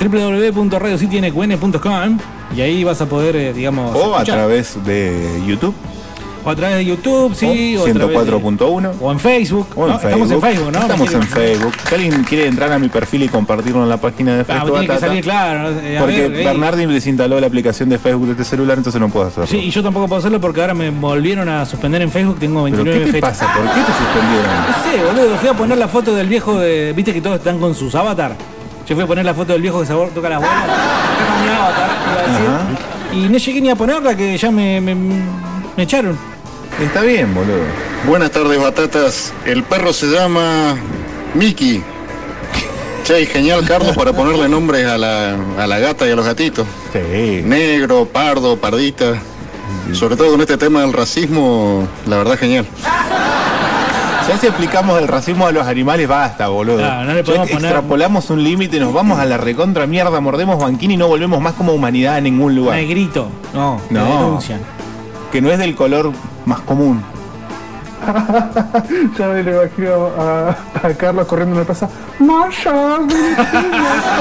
www.radiocitynqn.com y ahí vas a poder, eh, digamos, O a escuchar. través de YouTube. O a través de YouTube, sí, o a través de- 104.1. O en Facebook. O en ¿no? Estamos en Facebook, ¿no? Estamos Así en que- Facebook. Si alguien quiere entrar a mi perfil y compartirlo en la página de Ah, Facebook. tiene que Batata, salir claro. ¿no? Eh, a porque ver, eh, Bernardi desinstaló la aplicación de Facebook de este celular, entonces no puedo hacerlo. Sí, y yo tampoco puedo hacerlo porque ahora me volvieron a suspender en Facebook, tengo ¿Pero 29 qué te fechas. pasa? ¿Por qué te suspendieron? No sé, boludo, fui a poner la foto del viejo de. ¿Viste que todos están con sus avatar? Yo fui a poner la foto del viejo que se abor- toca las (laughs) bolas. Acá está mi avatar, iba a decir. Y no llegué ni a ponerla que ya me, me, me echaron. Está bien, boludo. Buenas tardes, batatas. El perro se llama Mickey. Che, y genial, Carlos, para ponerle nombres a la, a la gata y a los gatitos. Negro, pardo, pardita. Sobre todo con este tema del racismo, la verdad, genial. Ya si aplicamos el racismo a los animales, basta, boludo. Claro, no le Ya podemos poner- extrapolamos un límite, nos vamos a la recontra mierda, mordemos banquín y no volvemos más como humanidad a ningún lugar. Negrito, no, No. me denuncian. Que no es del color más común. ya me lo imagino a, a Carlos corriendo en la plaza. ¡Maya!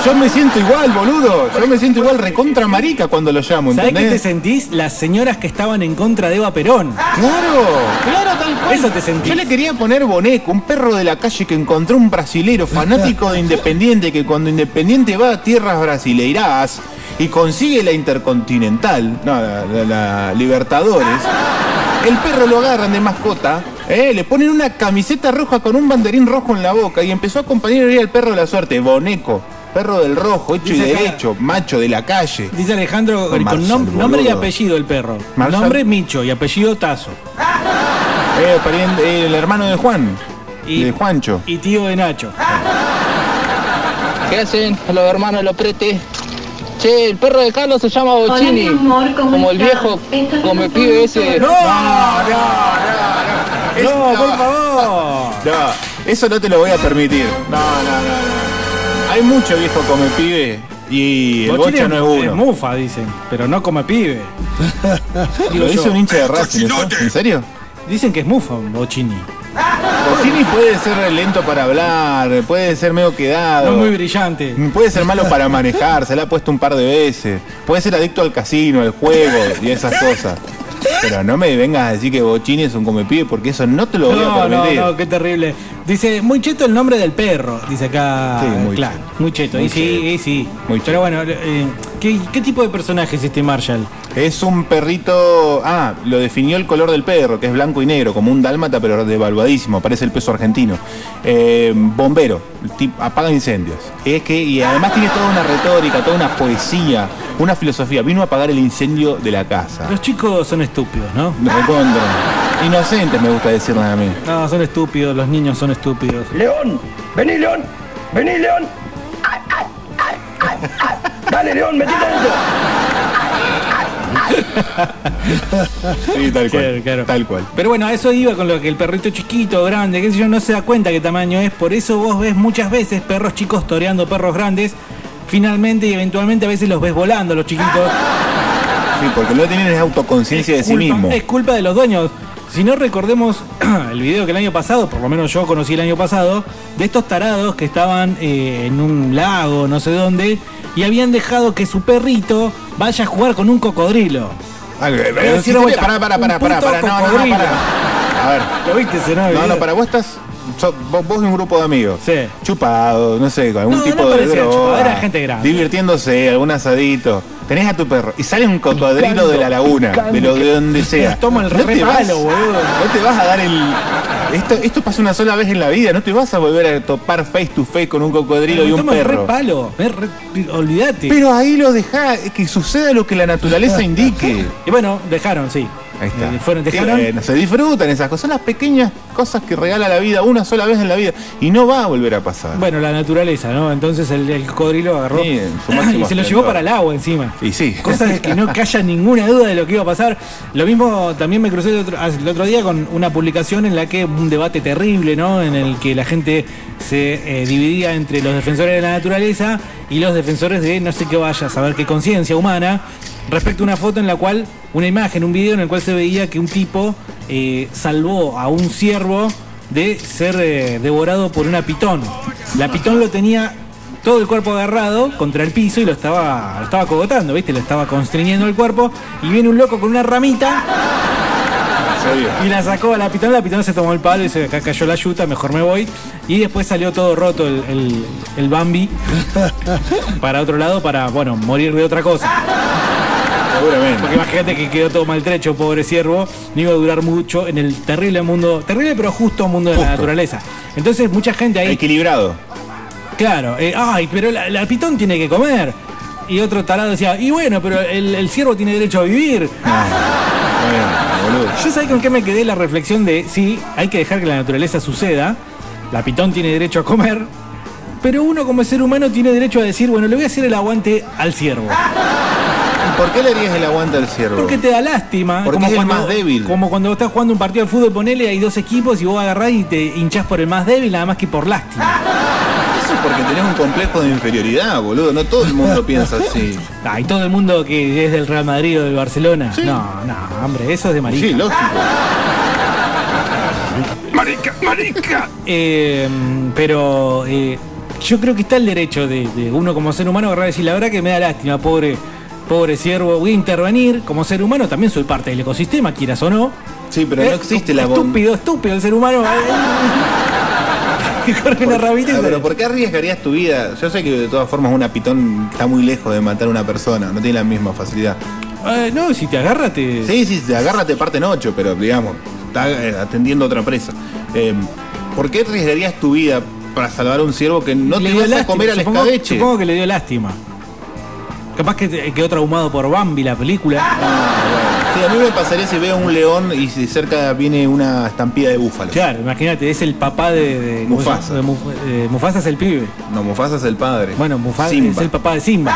Yo me siento igual, boludo. Yo me siento igual recontra marica cuando lo llamo, ¿Sabés qué te ¿entendés? sentís? Las señoras que estaban en contra de Eva Perón. Claro, claro, tal cual. Eso te sentís. Yo le quería poner Boneco, un perro de la calle que encontró un brasilero fanático de Independiente, que cuando Independiente va a tierras brasileiras y consigue la Intercontinental, no, la, la- la Libertadores, el perro lo agarran de mascota, eh, le ponen una camiseta roja con un banderín rojo en la boca y empezó a acompañar al perro de la suerte, Boneco. Perro del rojo, hecho y Dice acá- derecho, macho de la calle. Dice Alejandro, Con con, Marshall, nom- boludo. nombre y apellido el perro. Marshall. Nombre Micho y apellido Tazo. Eh, pariente- eh, el hermano de Juan, Y- de Juancho. Y tío de Nacho. Ah, ¿Qué hacen los hermanos los prete? Che, el perro de Carlos se llama Hola, Bocini. mi amor, ¿cómo como el estás? viejo, Estás como el en tu pibe ese. No, No, por favor. No, eso no te lo voy a permitir. No, no, no. no. Hay mucho viejo come pibe y el bocha Bochini no es uno. mufa, dicen, pero no (laughs) come pibe. Digo Lo yo. dice un hincha de Racing, ¿eso? ¿en serio? Dicen que es mufa un Bochini. Bochini puede ser lento para hablar, puede ser medio quedado. No es muy brillante. Puede ser malo para manejar, se la ha puesto un par de veces. Puede ser adicto al casino, al juego y esas cosas. Pero no me vengas a decir que Bochini es un comepibe porque eso no te lo voy a No, no, permitir. no, qué terrible. Dice, muy cheto el nombre del perro, dice acá. Sí, muy Clark. cheto. Muy cheto, Muy y sí, y sí. Pero bueno, eh, ¿qué, qué tipo de personaje es este Marshall? Es un perrito. Ah, lo definió el color del perro, que es blanco y negro, como un dálmata, pero devaluadísimo, parece el peso argentino. Eh, bombero, tip- apaga incendios. Es que, y además tiene toda una retórica, toda una poesía, una filosofía. Vino a apagar el incendio de la casa. Los chicos son estúpidos, ¿no? Recontra. Inocentes me gusta decirles a mí. No, son estúpidos, los niños son estúpidos. León, vení León, vení León. Ay, ay, ay, ay, ay. Dale León, metete dentro. Sí, tal cual. Claro, Tal cual. Pero bueno, a eso iba con lo que el perrito chiquito, grande, qué sé yo, no se da cuenta qué tamaño es. Por eso vos ves muchas veces perros chicos toreando perros grandes. Finalmente y eventualmente a veces los ves volando, los chiquitos. Ah, Sí, porque no tienen es autoconciencia de sí culpa- mismo. Es culpa de los dueños. Si no recordemos (clears throat) el video que el año pasado, por lo menos yo conocí el año pasado, de estos tarados que estaban eh, en un lago, no sé dónde, y habían dejado que su perrito vaya a jugar con un cocodrilo. Ah, pero si tiene- pará, pará, pará, pará, pará, no, no, no, A ver. ¿Lo viste ese, no? No, no, para vos estás. so- vos, vos y un grupo de amigos. Sí. Chupado, no sé, con algún No, tipo no de parecía droga. chupado, era gente grande. Divirtiéndose, algún asadito. Tenés a tu perro y sale un cocodrilo de la laguna, picando, de lo de donde sea. Nos (laughs) toma el no re te vas, malo, boludo. No te vas a dar el. Esto, esto pasa una sola vez en la vida, no te vas a volver a topar face to face con un cocodrilo y Nos un toma el perro. Re palo, es re- olvídate. Pero ahí lo dejá, que suceda lo que la naturaleza indique. Y bueno, dejaron, sí. Ahí está. Eh, fueron, Sí, dejaron. bueno, se disfrutan esas cosas, son las pequeñas cosas que regala la vida una sola vez en la vida y no va a volver a pasar. Bueno, la naturaleza, ¿no? Entonces el, el cocodrilo agarró Sí, en (coughs) su máximo y se lo llevó esplendor. para el agua encima. Y sí. Cosas de que no calla ninguna duda de lo que iba a pasar. Lo mismo también me crucé el otro, ah, el otro día con una publicación en la que un debate terrible, ¿no? En el que la gente se eh, dividía entre los defensores de la naturaleza y los defensores de no sé qué vaya a saber qué conciencia humana. Respecto a una foto en la cual, una imagen, un video en el cual se veía que un tipo eh, salvó a un ciervo de ser eh, devorado por una pitón. La pitón lo tenía todo el cuerpo agarrado contra el piso y lo estaba, lo estaba cogotando, ¿viste? Lo estaba constriñendo el cuerpo y viene un loco con una ramita y la sacó a la pitón, la pitón se tomó el palo y se acá cayó la yuta, mejor me voy. Y después salió todo roto el, el- el Bambi para otro lado para, bueno, morir de otra cosa. Seguramente. Porque imagínate que quedó todo maltrecho, pobre ciervo, no iba a durar mucho en el terrible mundo, terrible pero justo mundo de la naturaleza. Entonces mucha gente ahí... Equilibrado. Claro, eh, ay, pero la, la pitón tiene que comer. Y otro tarado decía, y bueno, pero el, el ciervo tiene derecho a vivir. Ah, Yo sabía con qué me quedé la reflexión de, sí, hay que dejar que la naturaleza suceda, la pitón tiene derecho a comer, pero uno como ser humano tiene derecho a decir, bueno, le voy a hacer el aguante al ciervo. (laughs) ¿Y por qué le harías el aguante al ciervo? Porque te da lástima. Porque es el más débil. Como cuando estás jugando un partido de fútbol, ponele, hay dos equipos y vos agarrás y te hinchás por el más débil, nada más que por lástima. Eso es porque tenés un complejo de inferioridad, boludo. No todo el mundo piensa así. Ay, todo el mundo que es del Real Madrid o del Barcelona. No, no, hombre, eso es de (laughs) marica. Sí, lógico. Marica, marica. Eh, pero eh, yo creo que está el derecho de, de uno como ser humano agarrar y decir, la verdad que me da lástima, pobre, pobre siervo, voy a intervenir. Como ser humano también soy parte del ecosistema, quieras o no. Eh, Sí, pero no existe la bondad. Estúpido, estúpido el ser humano. eh. (laughs) Corre una rabita y Ah, se- Pero ¿por qué arriesgarías tu vida? Yo sé que de todas formas una pitón está muy lejos de matar a una persona, no tiene la misma facilidad. Eh, no, si te agarra te... Sí, sí, te agarra te parten ocho, pero digamos, está eh, atendiendo a otra presa. Eh, ¿Por qué arriesgarías tu vida para salvar a un ciervo que no Le te dio vas a lástima, comer al supongo, escabeche? supongo que le dio lástima. Capaz que te- quedó traumado por Bambi, la película. Sí, a mí me pasaría si veo un león y si cerca viene una estampida de búfalos. Claro, imagínate, es el papá de, de- ¿cómo se llama? Mufasa. De Muf- eh, Mufasa es el pibe. No, Mufasa es el padre. Bueno, Mufasa es Simba. el papá (laughs) de Simba.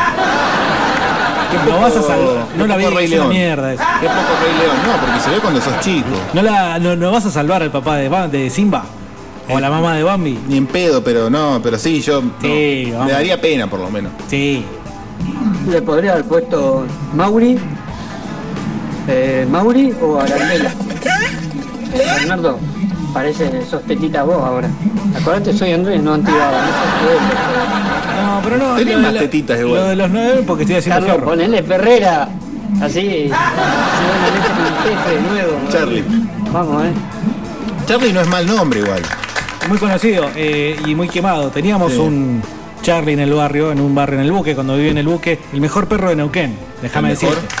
No vas a salvar. No la vi, Rey es una León. mierda. eso. Qué poco Rey León, no, porque se ve cuando sos chico. No, la, no, no vas a salvar al papá de, Ba- de Simba. O a la mamá de Bambi. Ni en pedo, pero no, pero sí, yo no, Sí, vamos. me daría pena por lo menos. Sí. Le podría haber puesto Mauri, eh, Mauri o Arandela. Bernardo, parece sos tetita vos ahora. Acordate, soy Andrés, no Antibaba. No, pero no. Tenés más tetitas igual. Lo de los nueve porque estoy haciendo Carlos, forro. ponele Ferrera. Así, así buena leche con el jefe de nuevo. Charlie. Vamos, eh. Charlie no es mal nombre igual. Muy conocido eh, y muy quemado. Teníamos Sí. un Charlie en el barrio, en un barrio en el buque, cuando viví en el buque. El mejor perro de Neuquén, déjame El mejor. decirte.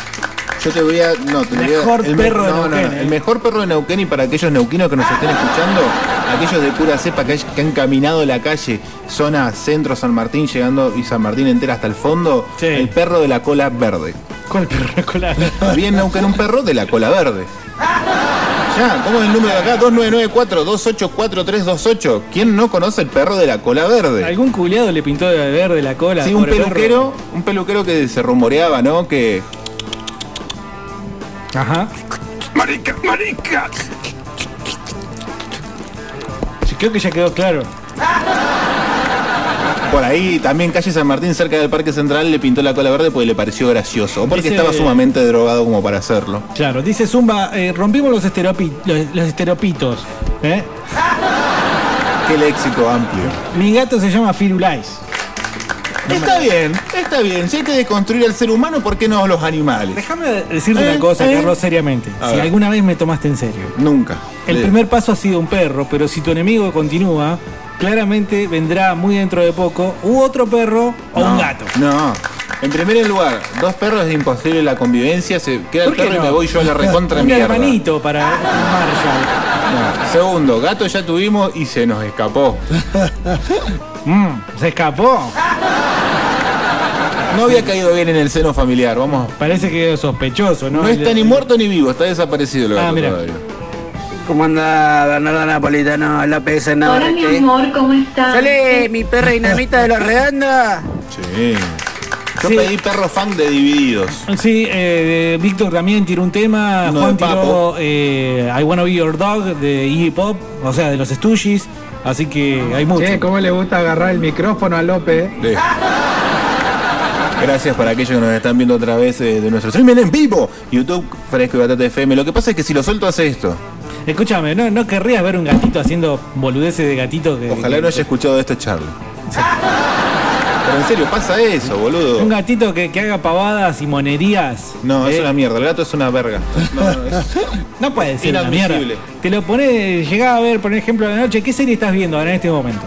Yo te voy a. No, te Mejor voy a, el perro de no, no, no, Neuquén, eh. El mejor perro de Neuquén y para aquellos neuquinos que nos estén escuchando, aquellos de pura cepa que, hay- que han caminado la calle, zona centro San Martín, llegando y San Martín entera hasta el fondo, el perro de la cola verde. ¿Cuál perro (laughs) de cola Había en Neuquén un perro de la cola verde. Ya, ¿cómo es el número de acá? 2994-284328. ¿Quién no conoce el perro de la cola verde? ¿Algún culiado le pintó de verde la cola? Sí, un pobre perro? peluquero, un peluquero que se rumoreaba, ¿no? Que. Ajá. Marica, marica. Sí, Creo que ya quedó claro. Por ahí también calle San Martín, cerca del Parque Central, le pintó la cola verde porque le pareció gracioso. O porque Dice- estaba sumamente drogado como para hacerlo. Claro, dice Zumba, eh, rompimos los, estereopi- los, los estereopitos. ¿eh? Qué léxico amplio. Mi gato se llama Firulais. Está bien, está bien. Si hay que deconstruir al ser humano, ¿por qué no los animales? Déjame Decirte una cosa, Carlos, seriamente. Eh, A Si ver. alguna vez me tomaste en serio. Nunca. El Bien. primer paso ha sido un perro, pero si tu enemigo continúa, claramente vendrá muy dentro de poco u otro perro o un gato. No. En primer lugar, dos perros es imposible la convivencia. Se queda el ¿Por qué perro y no? me voy yo a la (laughs) recontra Un mierda. hermanito para fumar ya. No. Segundo, gato ya tuvimos y se nos escapó. Mm, se escapó. No había caído bien en el seno familiar, vamos. Parece que es sospechoso, No, ¿no? está ni muerto ni vivo, está desaparecido el Ah, gato mira. todavía. ¿Cómo anda Bernardo Napolitano? La PS Hola, mi amor, ¿cómo estás? Sale mi perra dinamita de los redondos. Sí. Yo pedí perro fan de Divididos. Sí, eh, Víctor también tiró un tema. Uno Juan de Papo. tiró eh, I Wanna Be Your Dog de Iggy Pop, o sea, de los Stooges. Así que hay mucho. Che, cómo le gusta agarrar el micrófono a López. Sí. Gracias para aquellos que nos están viendo otra vez eh, de nuestro streaming en vivo. YouTube, Fresco y Batata FM. Lo que pasa es que si lo suelto hace esto. Escúchame, ¿no, ¿no querrías ver un gatito haciendo boludeces de gatito? Que, Ojalá no haya escuchado de esto Charlie. Pero en serio, pasa eso, boludo. Un gatito que, que haga pavadas y monerías. Eh, No, es una mierda. El gato es una verga. No puede ser una mierda. Inadmisible. Te lo pones, llegás a ver, por ejemplo, a la noche, ¿qué serie estás viendo ahora en este momento?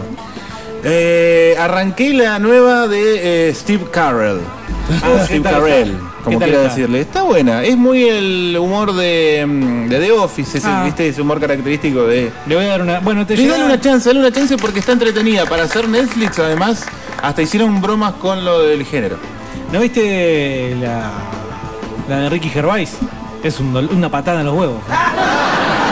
Eh, arranqué la nueva de eh, Steve Carell. Ah, ¿qué Steve tal Carell, está? como ¿Qué tal quiera está? decirle. Está buena. Es muy el humor de, mm, de The Office, ese, Ah. ¿viste? ese humor característico de... Le voy a dar una. Bueno, te Y llega- dale una chance, dale una chance porque está entretenida. Para hacer Netflix, además, hasta hicieron bromas con lo del género. ¿No viste la, la de Ricky Gervais? Es un dol- una patada en los huevos.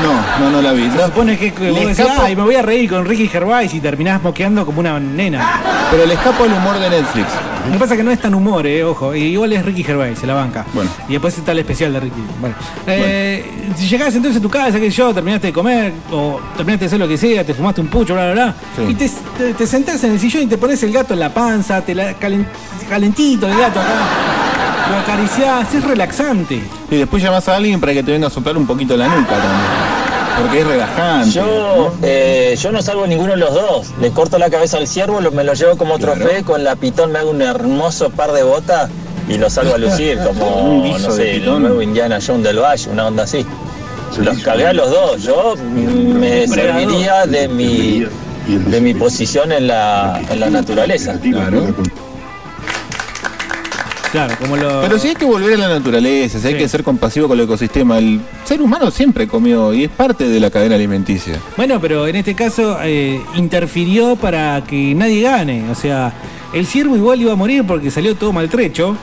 No, no, no la vi. Se supone que, que Le vos decís, escapo- ay, me voy a reír con Ricky Gervais y terminás moqueando como una nena. Pero le escapa el humor de Netflix. Lo que pasa es que no es tan humor, eh, ojo. Y Igual es Ricky Gervais, se la banca. Bueno. Y después está el especial de Ricky. Bueno. Eh, Si llegás entonces a tu casa, que yo, terminaste de comer, o terminaste de hacer lo que sea, te fumaste un pucho, bla, bla, bla. Sí. Y te, te, te sentás en el sillón y te pones el gato en la panza, te la calen- calentito el gato acá. Lo acariciás, es relaxante. Y después llamas a alguien para que te venga a soplar un poquito la nuca también. Porque es relajante. Yo, eh, yo no salvo ninguno de los dos. Le corto la cabeza al ciervo, lo- me lo llevo como trofeo, con la pitón me hago un hermoso par de botas y lo salgo a lucir, Un como, guiso no de sé, el pitón. nuevo Indiana Jones del Valle, una onda así. Los cagué a los dos. Yo mm, me serviría de mi, de mi posición en la, en la naturaleza. Claro, como lo. Pero si hay que volver a la naturaleza, si hay que ser compasivo con el ecosistema, el ser humano siempre comió y es parte de la cadena alimenticia. Bueno, pero en este caso eh, interfirió para que nadie gane. O sea, el ciervo igual iba a morir porque salió todo maltrecho.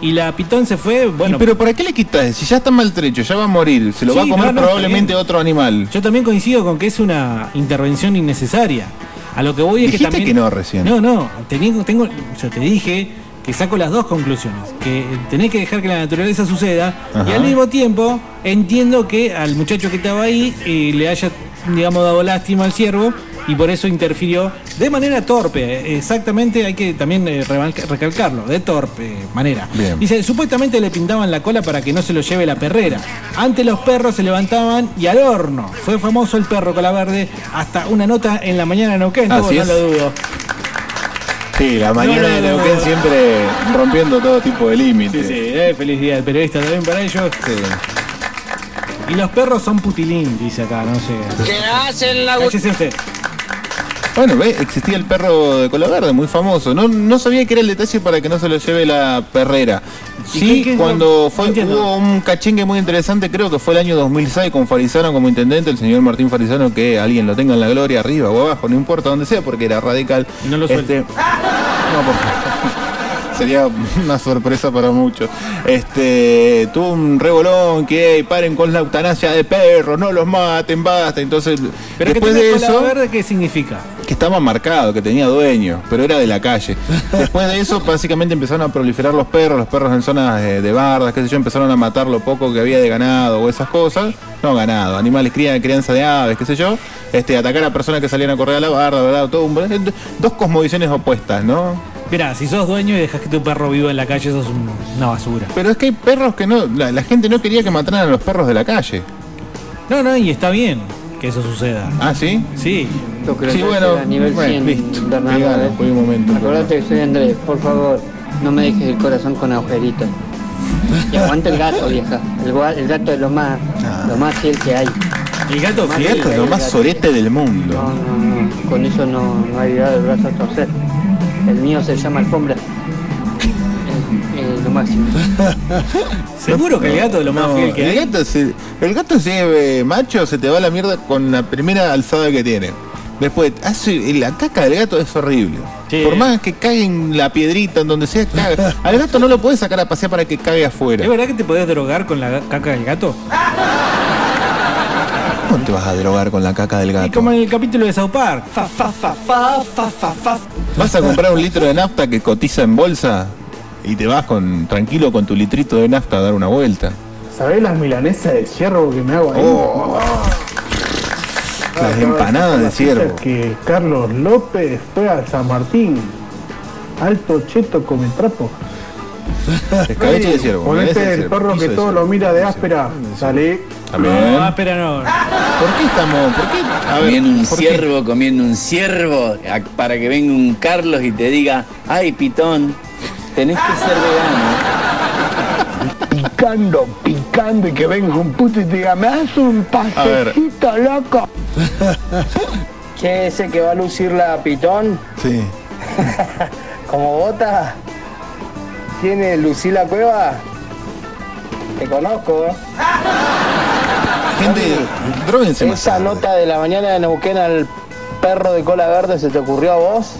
Y la pitón se fue, bueno. Y pero ¿para qué le quitas? Si ya está maltrecho, ya va a morir, se lo va a Sí, comer no, no, probablemente está otro animal. Yo también coincido con que es una intervención innecesaria. A lo que voy es que Dijiste también. que no recién. No, no. Tengo, tengo, yo te dije que saco las dos conclusiones. Que tenés que dejar que la naturaleza suceda. Y Ajá. al mismo tiempo, entiendo que al muchacho que estaba ahí eh, le haya, digamos, dado lástima al ciervo. Y por eso interfirió de manera torpe. Exactamente, hay que también eh, rebalca- recalcarlo. De torpe manera. Bien. Dice, supuestamente le pintaban la cola para que no se lo lleve la perrera. Antes los perros se levantaban y al horno. Fue famoso el perro cola verde hasta una nota en la mañana en Neuquén, Así no es. lo dudo. Sí, la mañana de Neuquén siempre rompiendo todo tipo de límites. Sí, eh, feliz día del periodista también para ellos. Y los perros son putilín, dice acá, no Ah, sé. ¿Qué hacen la Cállese usted. Bueno, ve, existía el perro de cola verde, muy famoso. No, no sabía que era el detalle para que no se lo lleve la perrera. ¿Y Sí, qué- qué es cuando lo- fue, no entiendo. hubo un cachengue muy interesante, creo que fue el año 2006 con Farizano como intendente, el señor Martín Farizano, que alguien lo tenga en la gloria, arriba o abajo, no importa donde sea, porque era radical. Y no lo Este, No, por favor. (laughs) Sería una sorpresa para muchos. Este, tuvo un revolón que "Ey, paren con la eutanasia de perros, no los maten, basta. Entonces, Pero después que de tiene cola eso verde, ¿qué significa? que estaba marcado, que tenía dueño, pero era de la calle. Después de eso, básicamente empezaron a proliferar los perros, los perros en zonas eh, de bardas, qué sé yo, empezaron a matar lo poco que había de ganado o esas cosas. No ganado, animales cría, crianza de aves, qué sé yo. Este, atacar a personas que salían a correr a la barda, ¿verdad? Todo un- eh, dos cosmovisiones opuestas, ¿no? Mira, si sos dueño y dejas que tu perro viva en la calle, sos un- una basura. Pero es que hay perros que no, la, la gente no quería que mataran a los perros de la calle. No, no, y está bien que eso suceda. ¿Ah, sí? Sí. Sí, bueno, a nivel bueno, 100, listo. Bernardo, Vegano, eh. por un momento. Acordate que soy Andrés, por favor, no me dejes el corazón con agujeritos. Y aguanta el gato, vieja. El, gua- el gato es lo más, lo más fiel que hay. El gato El gato es lo más sorete del mundo. No, no, no. Con eso no, no hay dado el brazo a torcer. El mío se llama alfombra. Es, es lo máximo. Seguro que el gato es lo más fiel que el hay. Gato se- el gato se eh, macho se te va a la mierda con la primera alzada que tiene. Después, hace, la caca del gato es horrible. Por más que cague en la piedrita, en donde sea, (laughs) caga. Al gato no lo puedes sacar a pasear para que cague afuera. ¿Es verdad que te podés drogar con la ga- caca del gato? ¿Cómo te vas a drogar con la caca del Y gato? como en el capítulo de South Park. ¿Vas a comprar un litro de nafta que cotiza en bolsa? Y te vas con tranquilo con tu litrito de nafta a dar una vuelta. ¿Sabés las milanesas de ciervo que me hago ahí? Oh, Las empanadas de (laughs) ciervo. Que Carlos López fue a San Martín. Alto cheto come trapo. Escabeche de ciervo. milanesa Ponete de el ciervo, perro piso que de todo ciervo. lo mira de áspera. Salí. También. espera, Ah, no. ¿Por qué estamos? ¿Por qué? A ver, comiendo un ¿por qué? ciervo, comiendo un ciervo, a- para que venga un Carlos y te diga, ay pitón, tenés que ser vegano. Picando, picando y que venga un puto y te diga, me das un pasecito, loco. Che, ese que va a lucir la pitón, Sí. como bota, tiene Lucila Cueva. Te conozco, ¿eh? Gente, droguense más. Esa nota de la mañana de Neuquén al perro de cola verde se te ocurrió a vos.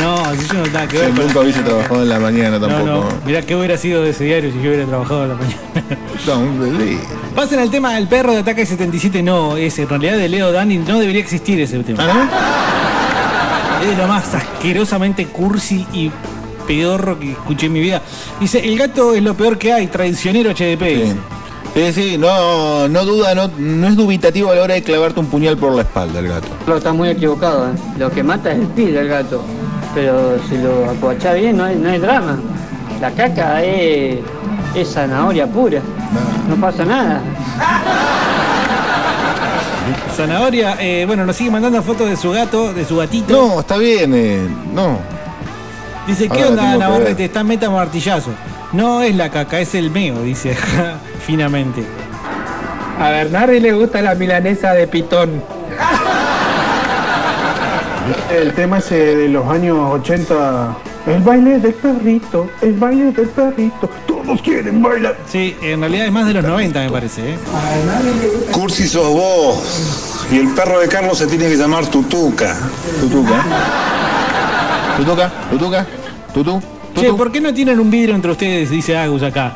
No, si yo no estaba que Yo ver con nunca hubiese trabajado en la mañana No, tampoco. no. Mirá qué hubiera sido de ese diario si yo hubiera trabajado a la mañana. No, hombre, sí. Pasen al tema del perro de ataque 77. No, ese en realidad de Leo Dani no debería existir ese tema. ¿Ah, Es lo más asquerosamente cursi y pedorro que escuché en mi vida. Dice, el gato es lo peor que hay, traicionero HDP. Sí, sí, no, no duda, no, no es dubitativo a la hora de clavarte un puñal por la espalda el gato. Claro, está muy equivocado. ¿eh? Lo que mata es el pi del gato. Pero si lo acuachá bien, no hay, no hay drama. La caca es, es zanahoria pura. No pasa nada. Zanahoria, eh, bueno, nos sigue mandando fotos de su gato, de su gatito. No, está bien, eh, no. Dice, ¿qué Ahora onda, tengo que Navarrete? ver. Te están meta martillazo. No es la caca, es el meo, dice (laughs) acá, finamente. A Bernardi le gusta la milanesa de pitón. El tema ese de los años 80. El baile del perrito, el baile del perrito. Todos quieren bailar. Sí, en realidad es más de los 90, me parece. ¿eh? Cursi sos vos. Y el perro de Carlos se tiene que llamar Tutuca. Tutuca. Tutuca, tutuca, tutu. Che, ¿por qué no tienen un vidrio entre ustedes? Dice Agus acá.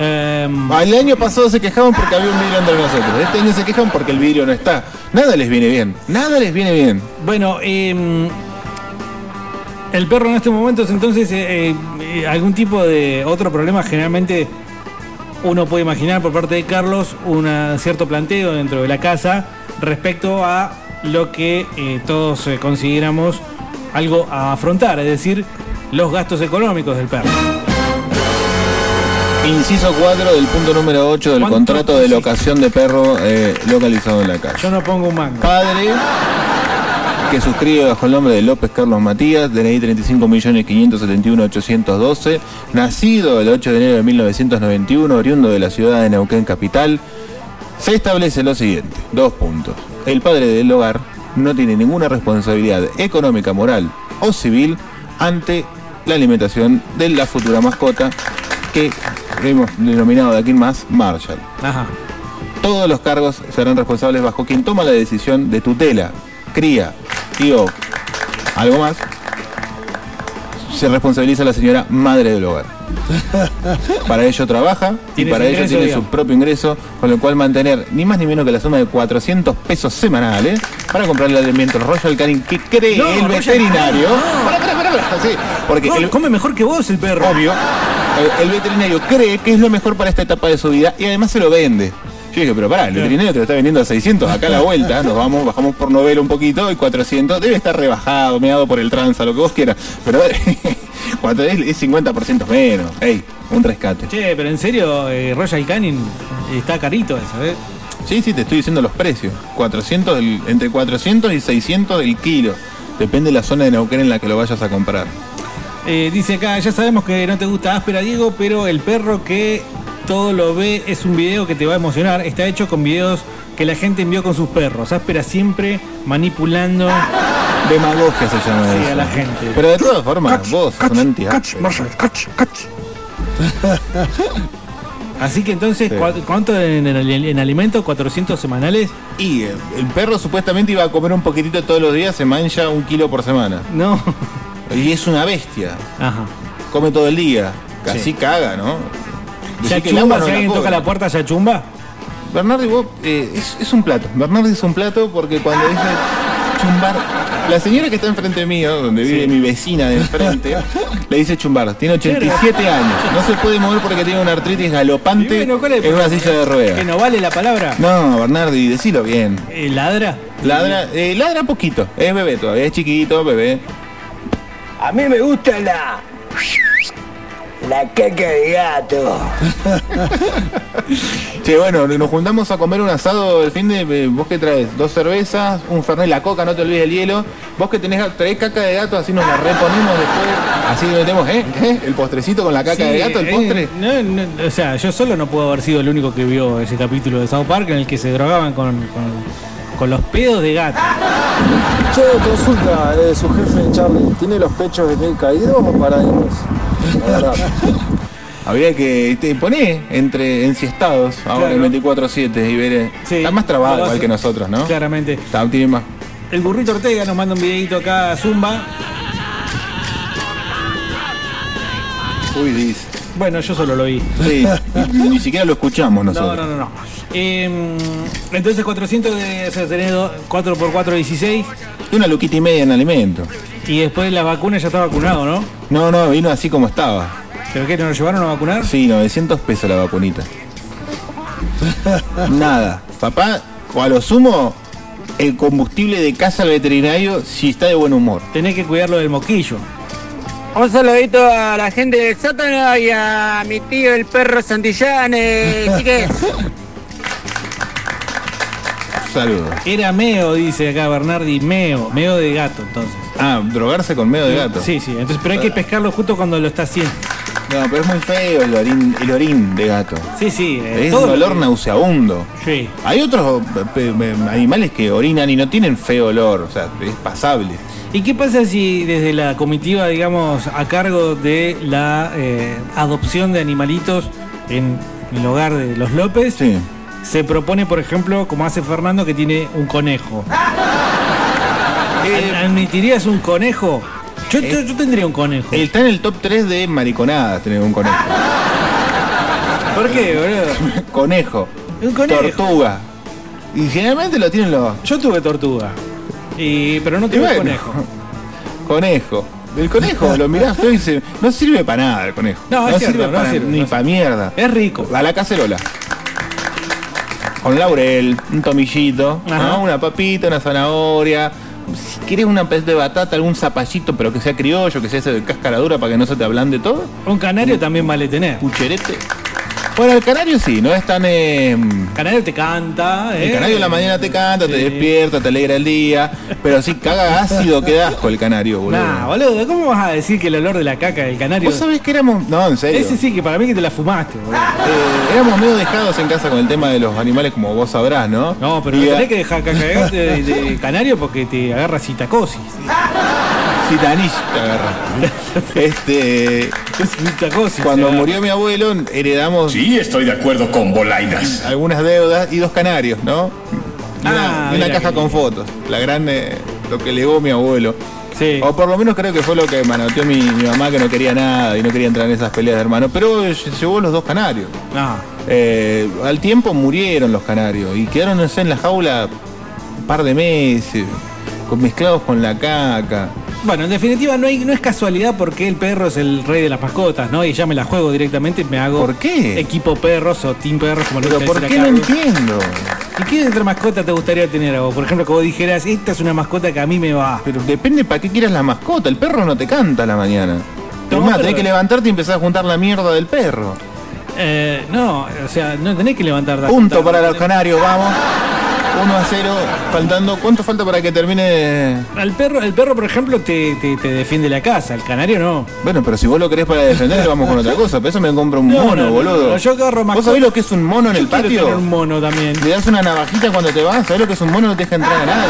Em, El año pasado se quejaban porque había un vidrio entre nosotros. Este año se quejan porque el vidrio no está. Nada les viene bien. Nada les viene bien. bueno, em, el perro en estos momentos, entonces, eh, eh, eh, algún tipo de otro problema, generalmente uno puede imaginar por parte de Carlos un cierto planteo dentro de la casa respecto a lo que eh, todos eh, consideramos algo a afrontar, es decir, los gastos económicos del perro. Inciso 4 del punto número 8 del ¿Cuánto contrato de locación de perro eh, localizado en la calle. Yo no pongo un mango. Padre que suscribe bajo el nombre de López Carlos Matías, DNI 35.571.812, nacido el 8 de enero de 1991, oriundo de la ciudad de Neuquén Capital, se establece lo siguiente, dos puntos. El padre del hogar no tiene ninguna responsabilidad económica, moral o civil ante la alimentación de la futura mascota que hemos denominado de aquí en más Marshall. Ajá. Todos los cargos serán responsables bajo quien toma la decisión de tutela, cría y o algo más. Se responsabiliza la señora madre del (laughs) hogar. Para ello trabaja y Tiene para su ello ingreso, tiene su digamos. propio ingreso, con lo cual mantener ni más ni menos que la suma de 400 pesos semanales para comprarle alimentos Royal Canin que cree No, el Royal veterinario. Canin, no. Pará, pará, pará, pará, sí, porque No, come mejor que vos el perro. Obvio. El, el veterinario cree que es lo mejor para esta etapa de su vida y además se lo vende. Yo dije, pero pará, el veterinario te lo está vendiendo a 600 acá a la vuelta, nos vamos, bajamos por novela un poquito y 400 debe estar rebajado, meado por el tranza, lo que vos quieras. Pero (laughs) cuando es, es 50% menos, ey, un rescate. Che, pero en serio, eh, Royal Canin está carito eso, ¿eh? Sí, sí, te estoy diciendo los precios. 400 del- entre 400 y 600 del kilo. Depende de la zona de Neuquén en la que lo vayas a comprar. Eh, dice acá, ya sabemos que no te gusta áspera, Diego, pero el perro que todo lo ve es un video que te va a emocionar. Está hecho con videos que la gente envió con sus perros. Áspera siempre manipulando Demagogia se llama Sí, eso. a la gente. Pero de todas formas, vos sos un anti Así que entonces, ¿cu- ¿cuánto en, en, en alimento? ¿400 semanales? Y eh, el perro supuestamente iba a comer un poquitito todos los días, se mancha un kilo por semana. No. Y es una bestia. Ajá. Come todo el día. Casi Sí. caga, ¿no? Decí ¿Ya que el agua chumba? no Si la alguien cobra. toca la puerta, ya chumba. Bernardi, vos, eh, es, es un plato. Bernardi es un plato porque cuando dice chumbar, la señora que está enfrente mío, donde vive mi vecina de enfrente, le dice chumbar. Tiene 87 años. No se puede mover porque tiene una artritis galopante en una silla de ¿Que ruedas. no vale la palabra? No, Bernardi, decilo bien. Eh, ¿Ladra? Ladra, eh, ladra poquito. Es bebé todavía, es chiquito, bebé. A mí me gusta la. La caca de gato. (laughs) Che, bueno, nos juntamos a comer un asado el fin de. eh, Vos que traes dos cervezas, un fernet, la coca, no te olvides el hielo. Vos que tenés traes caca de gato, así nos la reponemos después. Así le metemos, ¿eh? (laughs) ¿Eh? El postrecito con la caca Sí, de gato, el eh, postre. no, no, o sea, yo solo no puedo haber sido el único que vio ese capítulo de South Park en el que se drogaban con, con- con los pedos de gato. Che, consulta, eh, su jefe Charlie, ¿tiene los pechos de mil caídos o paraditos? Habría que. Te poné entre enciestados ahora Claro. en 24-7 y veré. Está más trabado lo igual hace- que nosotros, ¿no? Claramente. Está, tiene más. El burrito Ortega nos manda un videito acá a Zumba. Uy, dice. Bueno, yo solo lo vi. Sí, ni, ni siquiera lo escuchamos No, nosotros. no, no, no. Eh, entonces 400 de o sea, tenés do- 4x4, 16. Y una luquita y media en alimento. Y después la vacuna ya está vacunado, ¿no? No, no, vino así como estaba. ¿Pero qué? ¿No lo llevaron a vacunar? Sí, 900 pesos la vacunita. Nada. Papá, o a lo sumo, el combustible de casa al veterinario si está de buen humor. Tenés que cuidarlo del moquillo. Un saludito a la gente del sótano y a mi tío el perro Santillán, (laughs) eh, chiques. Saludos. Era meo, dice acá Bernardi, meo, meo de gato entonces. Ah, drogarse con medio de gato. Ah. Sí, sí, entonces, pero hay que pescarlo justo cuando lo está haciendo. No, pero es muy feo el orín, el orín de gato. Sí, sí, eh, Es todo un lo olor que- nauseabundo. Sí. Hay otros eh, pe- pe- animales que orinan y no tienen feo olor, o sea, es pasable. ¿Y qué pasa si desde la comitiva, digamos, a cargo de la eh, adopción de animalitos en el hogar de los López, se propone, por ejemplo, como hace Fernando, que tiene un conejo? Ah, ¿Ad- ¿Admitirías un conejo? Yo, yo- yo tendría un conejo. Está en Eh. el top 3 de mariconadas tener un conejo. Ah. ¿Por qué, boludo? conejo. Un conejo. Tortuga. Y generalmente lo tienen los. Yo tuve tortuga. Y, pero no Y tuve bueno. conejo. (laughs) Conejo. El conejo, lo mirás feo y dice, no sirve para nada el conejo. No, es cierto, sirve no para, sirve, ni no para mierda. Es rico. A la cacerola. Con laurel, un tomillito, Ajá. ¿no? una papita, una zanahoria. Si quieres una pez de batata, algún zapallito, pero que sea criollo, que sea ese de cáscara dura para que no se te ablande todo. Un canario también vale tener. Pucherete. Bueno, el canario sí, no es tan. eh, canario te canta. eh. El canario en la mañana te canta, te despierta, te alegra el día. Pero sí, caga ácido, queda asco el canario, boludo. Nah, boludo, ¿cómo vas a decir que el olor de la caca del canario? Vos sabés que éramos. No, en serio. Ese sí, que para mí que te la fumaste, boludo. Eh, éramos medio dejados en casa con el tema de los animales, como vos sabrás, ¿no? No, pero no tenés que dejar caca (laughs) de, de canario porque te agarra citacosis. Citanich te (laughs) agarra. Este. Cuando murió mi abuelo, heredamos. Sí, estoy de acuerdo con Bolainas. Algunas deudas y dos canarios, ¿no? Y una, Ah, y una mira caja qué con fotos. La grande. Lo que legó mi abuelo. O por lo menos creo que fue lo que manoteó mi, mi mamá, que no quería nada y no quería entrar en esas peleas de hermanos. Pero lle- llevó los dos canarios. Ah. Eh, al tiempo murieron los canarios y quedaron no sé, en la jaula un par de meses, con- mezclados con la caca. Bueno, en definitiva no, hay, no es casualidad porque el perro es el rey de las mascotas, ¿no? Y ya me la juego directamente, me hago ¿Por qué? equipo perros o team perros como lo Pero que ¿por qué no entiendo? ¿Y qué otra mascota te gustaría tener a vos? Por ejemplo, que vos dijeras, esta es una mascota que a mí me va. Pero depende para qué quieras la mascota. El perro no te canta a la mañana. Es más, tenés que levantarte y empezar a juntar la mierda del perro. Eh, no, o sea, no tenés que levantar Punto para los canarios, vamos. 1 a 0, faltando. ¿Cuánto falta para que termine? Al perro, el perro, por ejemplo, te, te- te defiende la casa, el canario no. Bueno, pero si vos lo querés para defender, vamos con otra cosa. Pero eso me compro un No, mono, no, no, boludo. no, yo agarro ¿Vos mascota- sabés lo que es un mono en Yo el quiero patio? tener un mono también. Le das una navajita cuando te vas, ¿sabés lo que es un mono? No te deja entrar a nadie.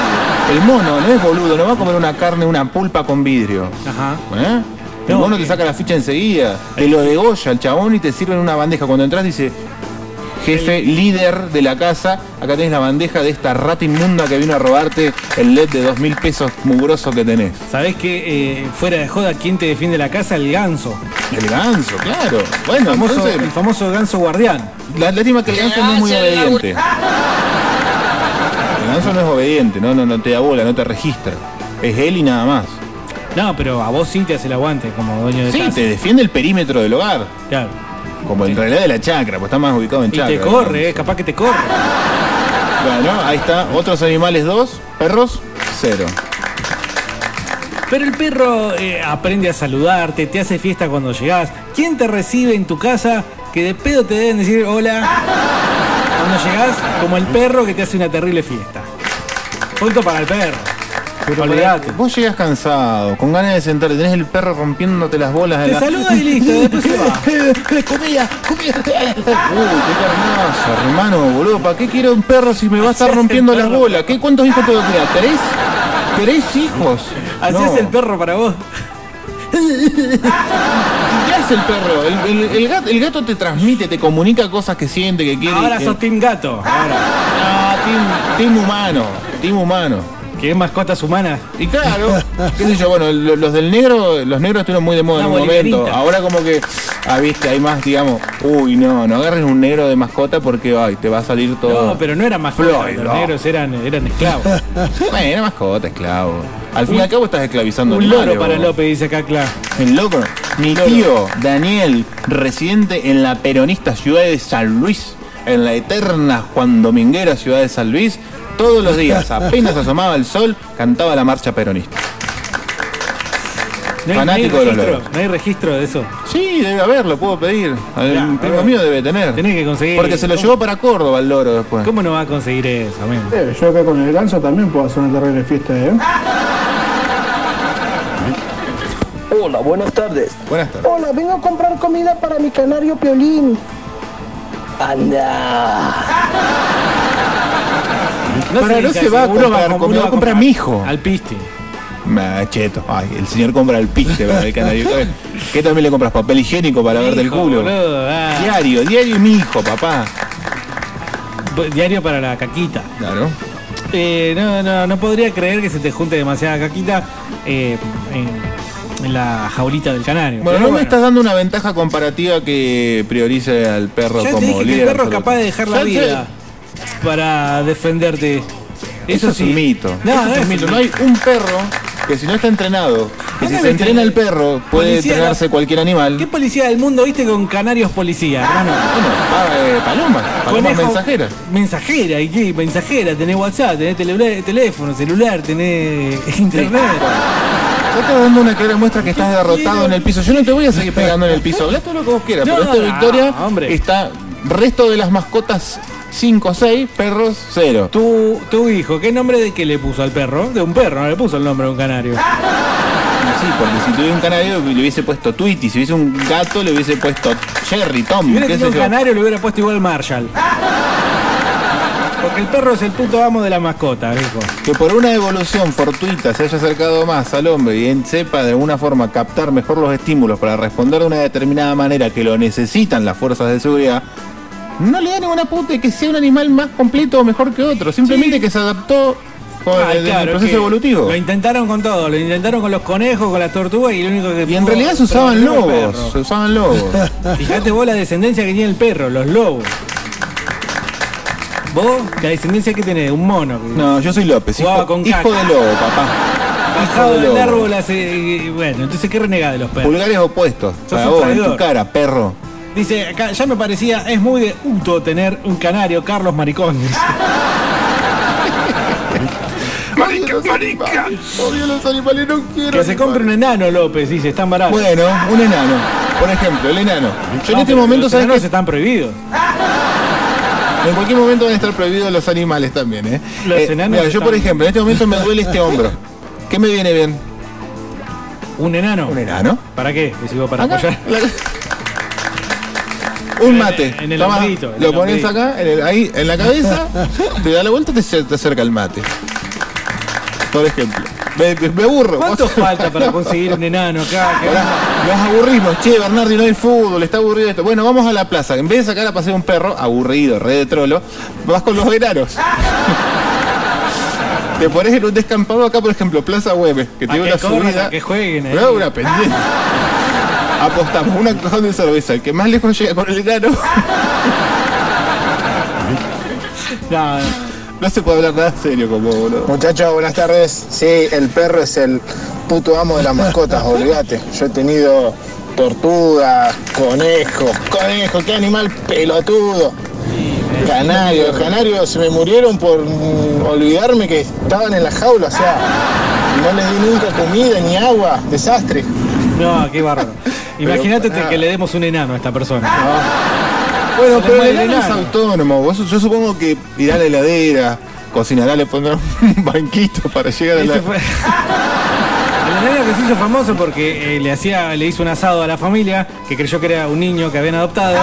El mono no es boludo, no va a comer una carne, una pulpa con vidrio. Ajá. ¿Eh? El mono te saca la ficha enseguida, te lo degolla el chabón y te sirve en una bandeja. Cuando entras dice, jefe, líder de la casa, acá tenés la bandeja de esta rata inmunda que vino a robarte el LED de dos mil pesos mugroso que tenés. Sabés que fuera de joda, ¿quién te defiende la casa? El ganso. El ganso, claro. Bueno, el famoso, entonces- el famoso ganso guardián. La lástima que el ganso no es muy obediente. El ganso no es obediente, no, no, no te da bola, no te registra. Es él y nada más. No, pero a vos sí te hace el aguante como dueño de Sí, casa. te defiende el perímetro del hogar. Claro. Como en realidad de la chacra, pues está más ubicado en Y chacra. te corre, eh, capaz que te corre. Bueno, ahí está. Otros animales dos, perros cero. Pero el perro eh, aprende a saludarte, te hace fiesta cuando llegás. ¿Quién te recibe en tu casa que de pedo te deben decir hola cuando llegás? Como el perro que te hace una terrible fiesta. Punto para el perro. Pero Olvidate. pará, vos llegas cansado, con ganas de sentarte, tenés el perro rompiéndote las bolas de Te la... (laughs) saluda y listo, después se va. comida, comida. (laughs) Hermoso, hermano, boludo, ¿para qué quiero un perro si me va a estar rompiendo las bolas? ¿Qué, ¿Cuántos hijos puedo criar? ¿Tres? ¿Tres hijos? Así No. es el perro para vos. ¿Qué hace el perro? El, el- el gato, el gato te transmite, te comunica cosas que siente, que quiere. Ahora que- sos Team Gato. Ah, team, team humano, team humano. ¿Querés mascotas humanas? Y claro, qué sé yo, bueno, lo- los del negro, los negros estuvieron muy de moda en Una un momento. bolivianita. Ahora como que, ah, viste, hay más, digamos, uy, no, no agarres un negro de mascota porque, ay, te va a salir todo. No, pero no eran mascotas. Floyd, los no. negros eran, (laughs) eran esclavos. Bueno, era mascota, esclavo. Al fin y Un- al cabo estás esclavizando Un animales, loro para vos. López, dice acá, claro. El loco. Mi tío Daniel, residente en la peronista ciudad de San Luis, en la eterna Juan Dominguera ciudad de San Luis, todos los días, apenas asomaba el sol, cantaba la marcha peronista. No hay, Fanático no hay de los registro, loros. Ah. no hay registro de eso. Sí, debe haber, lo puedo pedir. El Mirá, a primo ver. mío debe tener. Tenés que conseguir. Porque se lo ¿Cómo? llevó para Córdoba el loro después. ¿Cómo no va a conseguir eso, men? Eh, yo acá con el ganso también puedo hacer una terrible fiesta, ¿eh? Hola, buenas tardes. Buenas tardes. Hola, vengo a comprar comida para mi canario Piolín. Anda. No Pará, no se va a Uno comprar a comp- comida, uno va a comprar mi hijo. Al piste. Macheto, ay, el señor compra el piste para el canario. (laughs) ¿Qué también le compras? Papel higiénico para verte el Hijo, culo. boludo, ah. Diario, diario y mi hijo, papá. Bu- Diario para la caquita. Claro. Eh, no, no, no podría creer que se te junte demasiada caquita eh, en, en la jaulita del canario. Bueno, no Pero me estás dando una ventaja comparativa que priorice al perro Ya te como dije que líder. el perro es absoluto. capaz de dejar la Ya sé. vida para defenderte. Eso, Eso es sí. un mito. No, Eso no es es un mito. un No hay un perro que si no está entrenado, que si me se metes? entrena el perro, puede Policía, entrenarse no. cualquier animal. ¿Qué policía del mundo viste con canarios policía, hermano? Ah, eh, paloma, paloma Conejo- mensajera. Mensajera, ¿y qué? Mensajera, tenés WhatsApp, tenés tele- teléfono, celular, tenés (laughs) internet. Ya estás dando una clara muestra que estás derrotado en el piso. Yo no te voy a seguir pegando en el piso. Habla todo lo que vos quieras, No, pero esta no, victoria hombre. está Resto de las mascotas 5 o 6, perros 0. Tu, tu hijo, ¿qué nombre de qué le puso al perro? De un perro, no le puso el nombre de un canario. Ah, Sí, porque si tuviera un canario le hubiese puesto Tweety, si hubiese un gato le hubiese puesto Jerry, Tom, Si hubiera qué tenido sé yo. un canario le hubiera puesto (laughs) igual Marshall. Porque el perro es el puto amo de la mascota, viejo. Que por una evolución fortuita se haya acercado más al hombre y en- sepa de alguna forma captar mejor los estímulos para responder de una determinada manera que lo necesitan las fuerzas de seguridad, no le da ninguna puta de que sea un animal más completo o mejor que otro. Simplemente que se adaptó con Ay, el, claro, proceso que evolutivo. Lo intentaron con todo, lo intentaron con los conejos, con las tortugas y lo único que. Y en realidad se usaban lobos. Se usaban (laughs) lobos. Fijate vos la descendencia que tiene el perro, los lobos. Vos, la descendencia que tenés, un mono. que No, yo soy López, Jugaba hijo, con hijo caca. de lobo, papá. Bajado de del lobo. árbol hace. eh, Bueno, entonces qué renegada de los perros. Pulgares opuestos. Sos Para un vos, en tu traidor. cara, perro. Dice, acá ya me parecía, es muy de Uto tener un canario, (laughs) Carlos Maricón. dice. Marica, marica. Odio los animales, no quiero. que se compre un enano, López, dice, están baratos. Bueno, un enano. Por ejemplo, el enano. Yo en este momento, los ¿sabes enanos qué? están prohibidos. En cualquier momento van a estar prohibidos los animales también, ¿eh? Los Eh, enanos mira, yo, están- por ejemplo, en este momento me duele este hombro. ¿Qué me viene bien? ¿Un enano? ¿Un enano? ¿Para qué? Decís vos, para Acá, apoyar. Un En- mate. en el Tomá, hombrito, en lo el pones hombrito. acá, en el- ahí, en la cabeza, te da la vuelta, te, acer- te acerca el mate. Por ejemplo. Me, me- me aburro. ¿Cuánto Vos- (laughs) falta para conseguir un enano acá? Que- Nos aburrimos, che, Bernardi, no hay fútbol, está aburrido esto. Bueno, vamos a la plaza. En vez de sacar a pasear un perro, aburrido, re de trolo, vas con los (laughs) veranos. Te pones en un descampado acá, por ejemplo, Plaza Güemes, que a tiene una que corran, subida. a que jueguen. ahí. No, una pendiente. Apostamos una cajón de cerveza. El que más lejos llega con el enano. (laughs) no, no se puede hablar nada serio como boludo. Muchachos, buenas tardes. Sí, el perro es el puto amo de las (laughs) mascotas, olvídate. Yo he tenido tortugas, conejos, conejos, qué animal pelotudo. Canarios, canarios se me murieron por mm, olvidarme que estaban en la jaula, o sea, no les di nunca comida ni agua, desastre. No, qué bárbaro. Imagínate para que le demos un enano a esta persona. Bueno, Se le pero muere el el enano es enano. autónomo. Vos- yo supongo que irá a la heladera, cocinará, le pondrá (laughs) un banquito para llegar a la. Ese fue- El enano que se hizo famoso porque eh, le hacía, le hizo un asado a la familia, que creyó que era un niño que habían adoptado.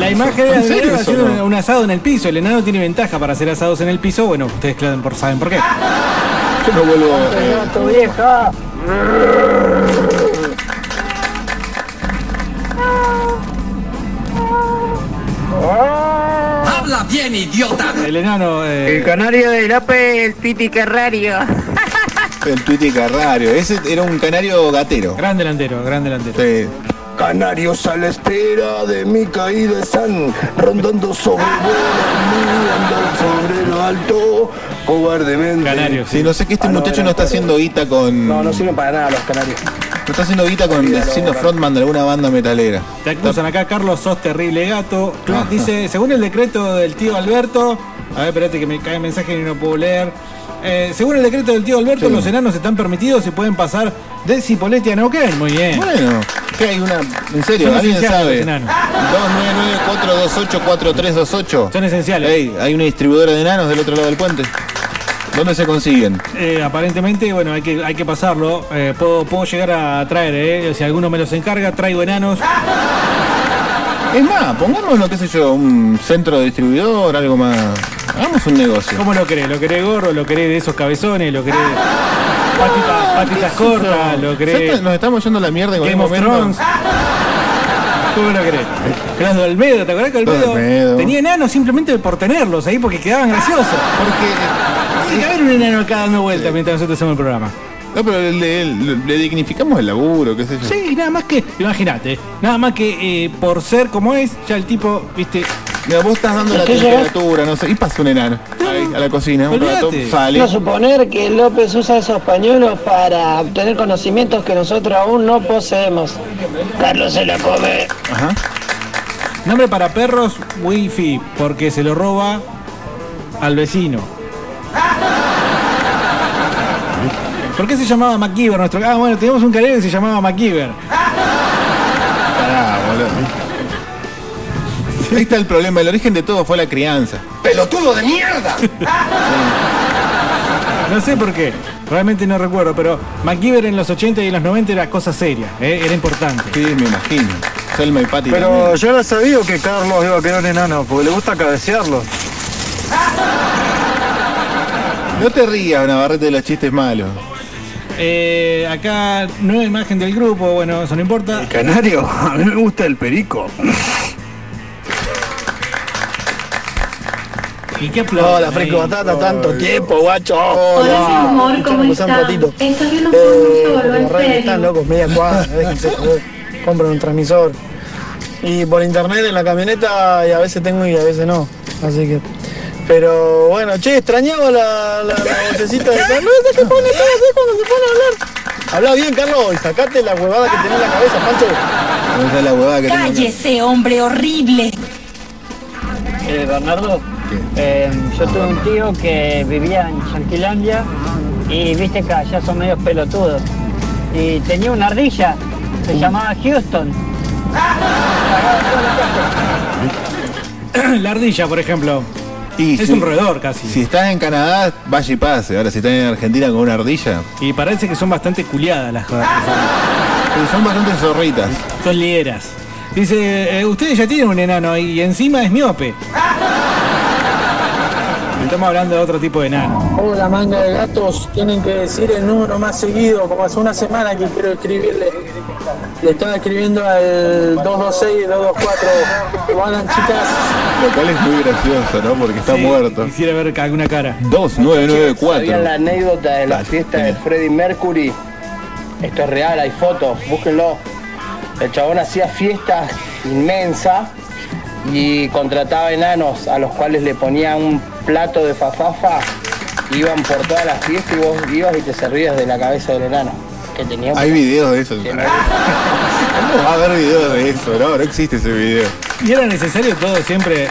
La imagen era ¿En de serio enano eso, haciendo no? un asado en el piso. El enano tiene ventaja para hacer asados en el piso. Bueno, ustedes claro, por- saben por qué. Yo no vuelvo. eh, tu vieja! Habla bien, idiota. El enano. eh, El canario de López, el piti carrario. El Tweety Carrario. Ese era un canario gatero. Gran delantero, gran delantero. Sí. Canarios a la espera de mi caída están rondando sobre vuelan, mirando sobre lo alto, cobardemente. Canarios. Sí, no sé que este Ah, no, muchacho era no está perro. haciendo guita con. No, no no sirven para nada los canarios. está haciendo guita con Olvídalo, siendo boludo. frontman de alguna banda metalera. Te acusan acá, Carlos, sos terrible gato. Claude Ajá. dice, según el decreto del tío Alberto, a ver, espérate que me cae el mensaje y no puedo leer. Eh, según el decreto del tío Alberto, Sí. los enanos están permitidos y pueden pasar de Cipolletti a Neuquén. Muy bien. (laughs) Bueno, que hay una. En serio, Son alguien esenciales los sabe. enanos. 299-428-4328. Son esenciales. Ey, hay una distribuidora de enanos del otro lado del puente. ¿Dónde se consiguen? Eh, aparentemente, bueno, hay que, hay que pasarlo. Eh, puedo, puedo llegar a traer, eh. Si alguno me los encarga, traigo enanos. Ah. Es más, pongámonos, qué sé yo, un centro de distribuidor, algo más. Hagamos un negocio. ¿Cómo lo querés? ¿Lo querés gorro? ¿Lo querés de esos cabezones? ¿Lo querés Ah. patitas, patitas cortas? ¿Lo Ya querés está- Nos estamos yendo a la mierda en Game of cualquier Thrones? momento. ¿Cómo lo querés? Los de Olmedo, ¿te acordás que Olmedo, Olmedo. Ah, tenía enanos simplemente por tenerlos ahí porque quedaban graciosos? Porque tiene que haber un enano acá dando vueltas mientras nosotros hacemos el programa. No, pero le, le- le dignificamos el laburo, qué sé yo. Sí, nada más que, imagínate, nada más que eh, por ser como es, ya el tipo, viste, Mira, vos estás dando ¿Por la qué llegás? temperatura, no sé. Y pasa un enano ahí, a la cocina, un rato, Olvídate. sale. No suponer que López usa esos pañuelos para obtener conocimientos que nosotros aún no poseemos. Carlos se la come. Ajá. Nombre para perros, wifi, porque se lo roba al vecino. ¿Por qué se llamaba MacGyver nuestro? Ah, bueno, teníamos un canario que se llamaba MacGyver. Pará, boludo. Ah, Ahí está el problema, el origen de todo fue la crianza. ¡Pelotudo de mierda! No sé por qué, realmente no recuerdo, pero MacGyver en los 80 y en los 90 era cosa seria, ¿eh? era importante. Sí, me imagino. Selma y Patty Pero yo no sabía que Carlos iba a quedar un enano, porque le gusta cabecearlo. No te rías, Navarrete, de los chistes malos. Eh, acá nueva imagen del grupo, bueno, eso no importa. El (laughs) canario, a mí me gusta el perico. ¿Y qué Eh, aplauden Hola, fresco ahí? batata, tanto tiempo, guacho. Hola, sin humor, ¿cómo Escuchame están? un ratito. Estoy viendo un Eh, solo, en la radio que serio. están locos, media cuadra, déjense joder. Compran un transmisor. Y por internet en la camioneta, y a veces tengo y a veces no. Así que. Pero bueno, che, extrañaba la, la, la vocecita de Carlos. Esa que pone todo así cuando se pone a hablar. Habla bien, Carlos, y sacate la huevada que tenés en la cabeza, Pancho. Esa es la huevada que tengo acá. Cállese, hombre horrible. Eh, Bernardo, eh, yo tuve un tío que vivía en Yanquilandia y viste que allá son medios pelotudos. Y tenía una ardilla, se llamaba Houston. (clears throat) la ardilla, por ejemplo. Y es si- un roedor casi. Si estás en Canadá, vaya y pase. Ahora, si estás en Argentina con una ardilla, Y parece que son bastante culiadas las jodas. son bastante zorritas. Son lieras. Dice, eh, ustedes ya tienen un enano y encima es (laughs) miope. Estamos hablando de otro tipo de enano. Hola manga de gatos, tienen que decir el número más seguido, como hace una semana que quiero escribirle. Le estaba escribiendo al 226-224. ¿Cómo andan chicas? Lo cual es muy gracioso, ¿no? Porque está Sí, muerto. Quisiera ver alguna cara. Sabían la 2994. anécdota de la fiesta de Freddie Mercury. Esto es real, hay fotos, búsquenlo. El chabón hacía fiestas inmensas y contrataba enanos a los cuales le ponía un plato de fafafa. Iban por todas las fiestas y vos ibas y te servías de la cabeza del enano. Que tenía un- Hay videos de (laughs) eso. ¿Cómo va a haber videos de eso? No, no existe ese video. ¿Y era necesario todo siempre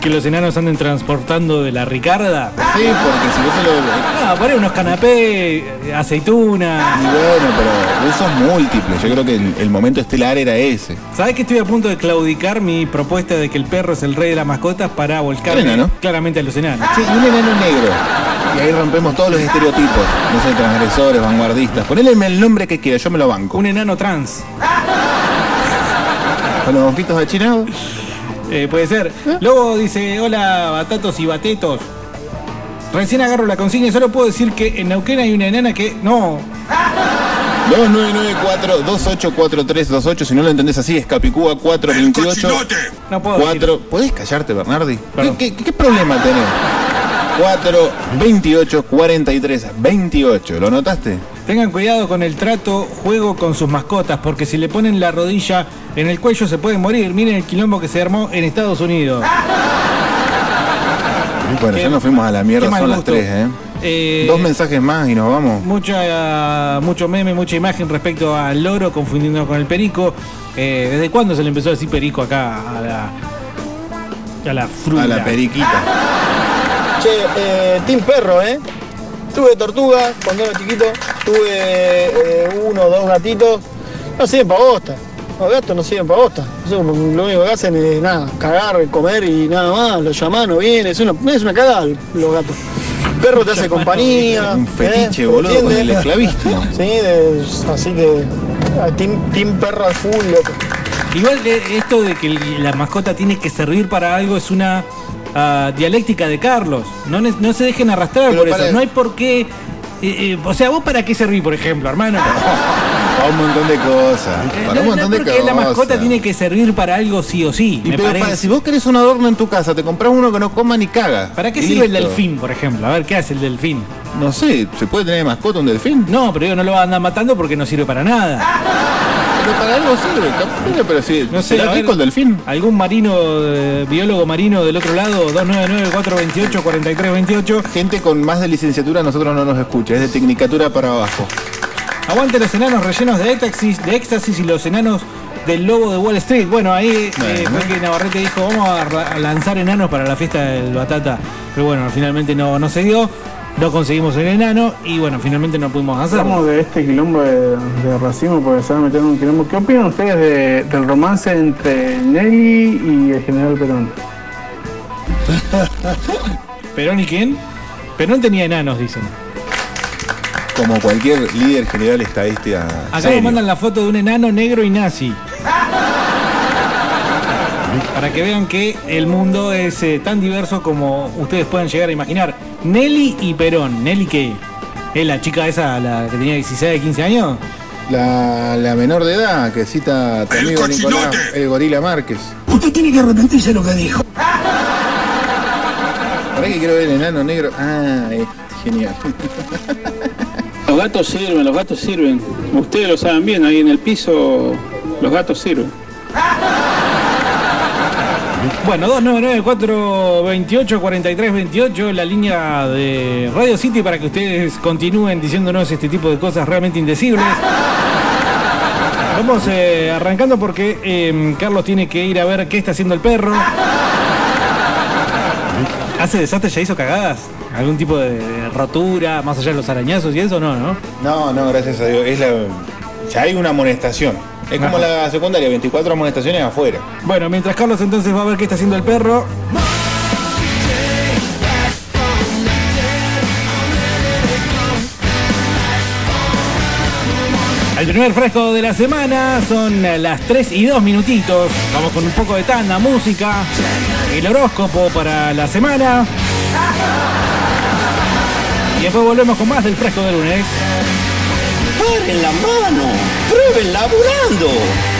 que los enanos anden transportando de la Ricarda? Sí, porque si vos se lo. Ah, poner unos canapés, eh, aceituna. Y bueno, pero usos múltiples. Yo creo que el, el momento estelar era ese. ¿Sabés que estoy a punto de claudicar mi propuesta de que el perro es el rey de las mascotas para volcar Un enano. Ah. claramente a los enanos? Sí, y un enano negro. Y ahí rompemos todos los estereotipos. No sé, transgresores, vanguardistas. Ponele el nombre que quiera, yo me lo banco. Un enano trans. Con los ojitos achinados. Eh, puede ser. Luego dice, hola batatos y batetos. Recién agarro la consigna y solo puedo decir que en Neuquén hay una enana que... No, 2994-284328. Si no lo entendés así, es Capicúa 428. no puedo. decir. 4. ¿Podés callarte, Bernardi? ¿Qué, qué, qué problema tenés? 4, 28, 43, 28. ¿Lo notaste? Tengan cuidado con el trato, juego con sus mascotas, porque si le ponen la rodilla en el cuello se pueden morir. Miren el quilombo que se armó en Estados Unidos. Ah. Bueno, Qué- ya nos fuimos a la mierda, qué mal son las gusto. 3, ¿eh? Eh, Dos mensajes más y nos vamos. Mucha, mucho meme, mucha imagen respecto al loro confundiendo con el perico. Eh, ¿Desde cuándo se le empezó a decir perico acá a la, a la fruta? A la periquita. Che, eh, Team Perro, ¿eh? Tuve tortuga cuando era chiquito, tuve eh, uno o dos gatitos. No sirven para bosta. Los gatos no sirven para bosta. Eso, lo único que hacen es nada, cagar, comer y nada más. Los llaman, no vienen. Es una, es una cagada los gatos. El perro te hace compañía. Un fetiche, boludo, con el esclavismo. Sí, de- así que a team, team Perro al full, loco. Igual de esto de que la mascota tiene que servir para algo es una ah, dialéctica de Carlos. No, ne- no se dejen arrastrar Pero por para- eso. No hay por qué. eh, eh, o sea, ¿vos para qué servís, por ejemplo, hermano? (laughs) Para un montón de cosas. Eh, Para un no- montón de no porque cosas. la mascota tiene que servir para algo sí o sí, Y me pero para- parece. si vos querés un adorno en tu casa, te compras uno que no coma ni caga. ¿Para qué Y sirve el listo. delfín, por ejemplo? A ver, ¿qué hace el delfín? No sé, ¿se puede tener de mascota un delfín? No, pero digo, no lo van a andar matando porque no sirve para nada. Pero para algo sirve, capaz, bueno, pero sí. No sé, ¿será a ver, rico el delfín? ¿Algún marino, eh, biólogo marino del otro lado? 299-428-4328. Gente con más de licenciatura a nosotros no nos escucha, es de tecnicatura para abajo. Aguante los enanos rellenos de éxtasis, de éxtasis y los enanos del lobo de Wall Street. Bueno, ahí eh, Bueno. fue que Navarrete dijo, vamos a ra- a lanzar enanos para la fiesta del Batata. Pero bueno, finalmente no, no se dio. no conseguimos el enano y bueno, finalmente no pudimos hacerlo. Hablamos de este quilombo de, de racismo porque se van a meter en un quilombo. ¿Qué opinan ustedes de- del romance entre Nelly y el general Perón? ¿Perón y quién? Perón tenía enanos, dicen. Como cualquier líder general estadista. Acá serio. nos mandan la foto de un enano negro y nazi. Para que vean que el mundo es eh, tan diverso como ustedes puedan llegar a imaginar. Nelly y Perón. ¿Nelly qué? ¿Es la chica esa, la que tenía 16, 15 años? La, la menor de edad que cita a tu amigo Nicolás, el gorila Márquez. Usted tiene que arrepentirse de lo que dijo. ¿Para qué quiero ver el enano negro? Ah, eh, genial. Los gatos sirven, los gatos sirven. Ustedes lo saben bien, ahí en el piso los gatos sirven. Bueno, 2994-284328, la línea de Radio City para que ustedes continúen diciéndonos este tipo de cosas realmente indecibles. Vamos eh, arrancando porque eh, Carlos tiene que ir a ver qué está haciendo el perro. ¿Hace desastre? ¿Ya hizo cagadas? ¿Algún tipo de rotura, más allá de los arañazos y eso? No, no. No, no, gracias a Dios. Es la- ya hay una amonestación. Es como la secundaria, 24 amonestaciones afuera. Bueno, mientras Carlos entonces va a ver qué está haciendo el perro. El primer fresco de la semana son las 3 y 2 minutitos. Vamos con un poco de tanda, música, el horóscopo para la semana. Y después volvemos con más del fresco de lunes. ¡Paren la mano! ¡Prueben laburando!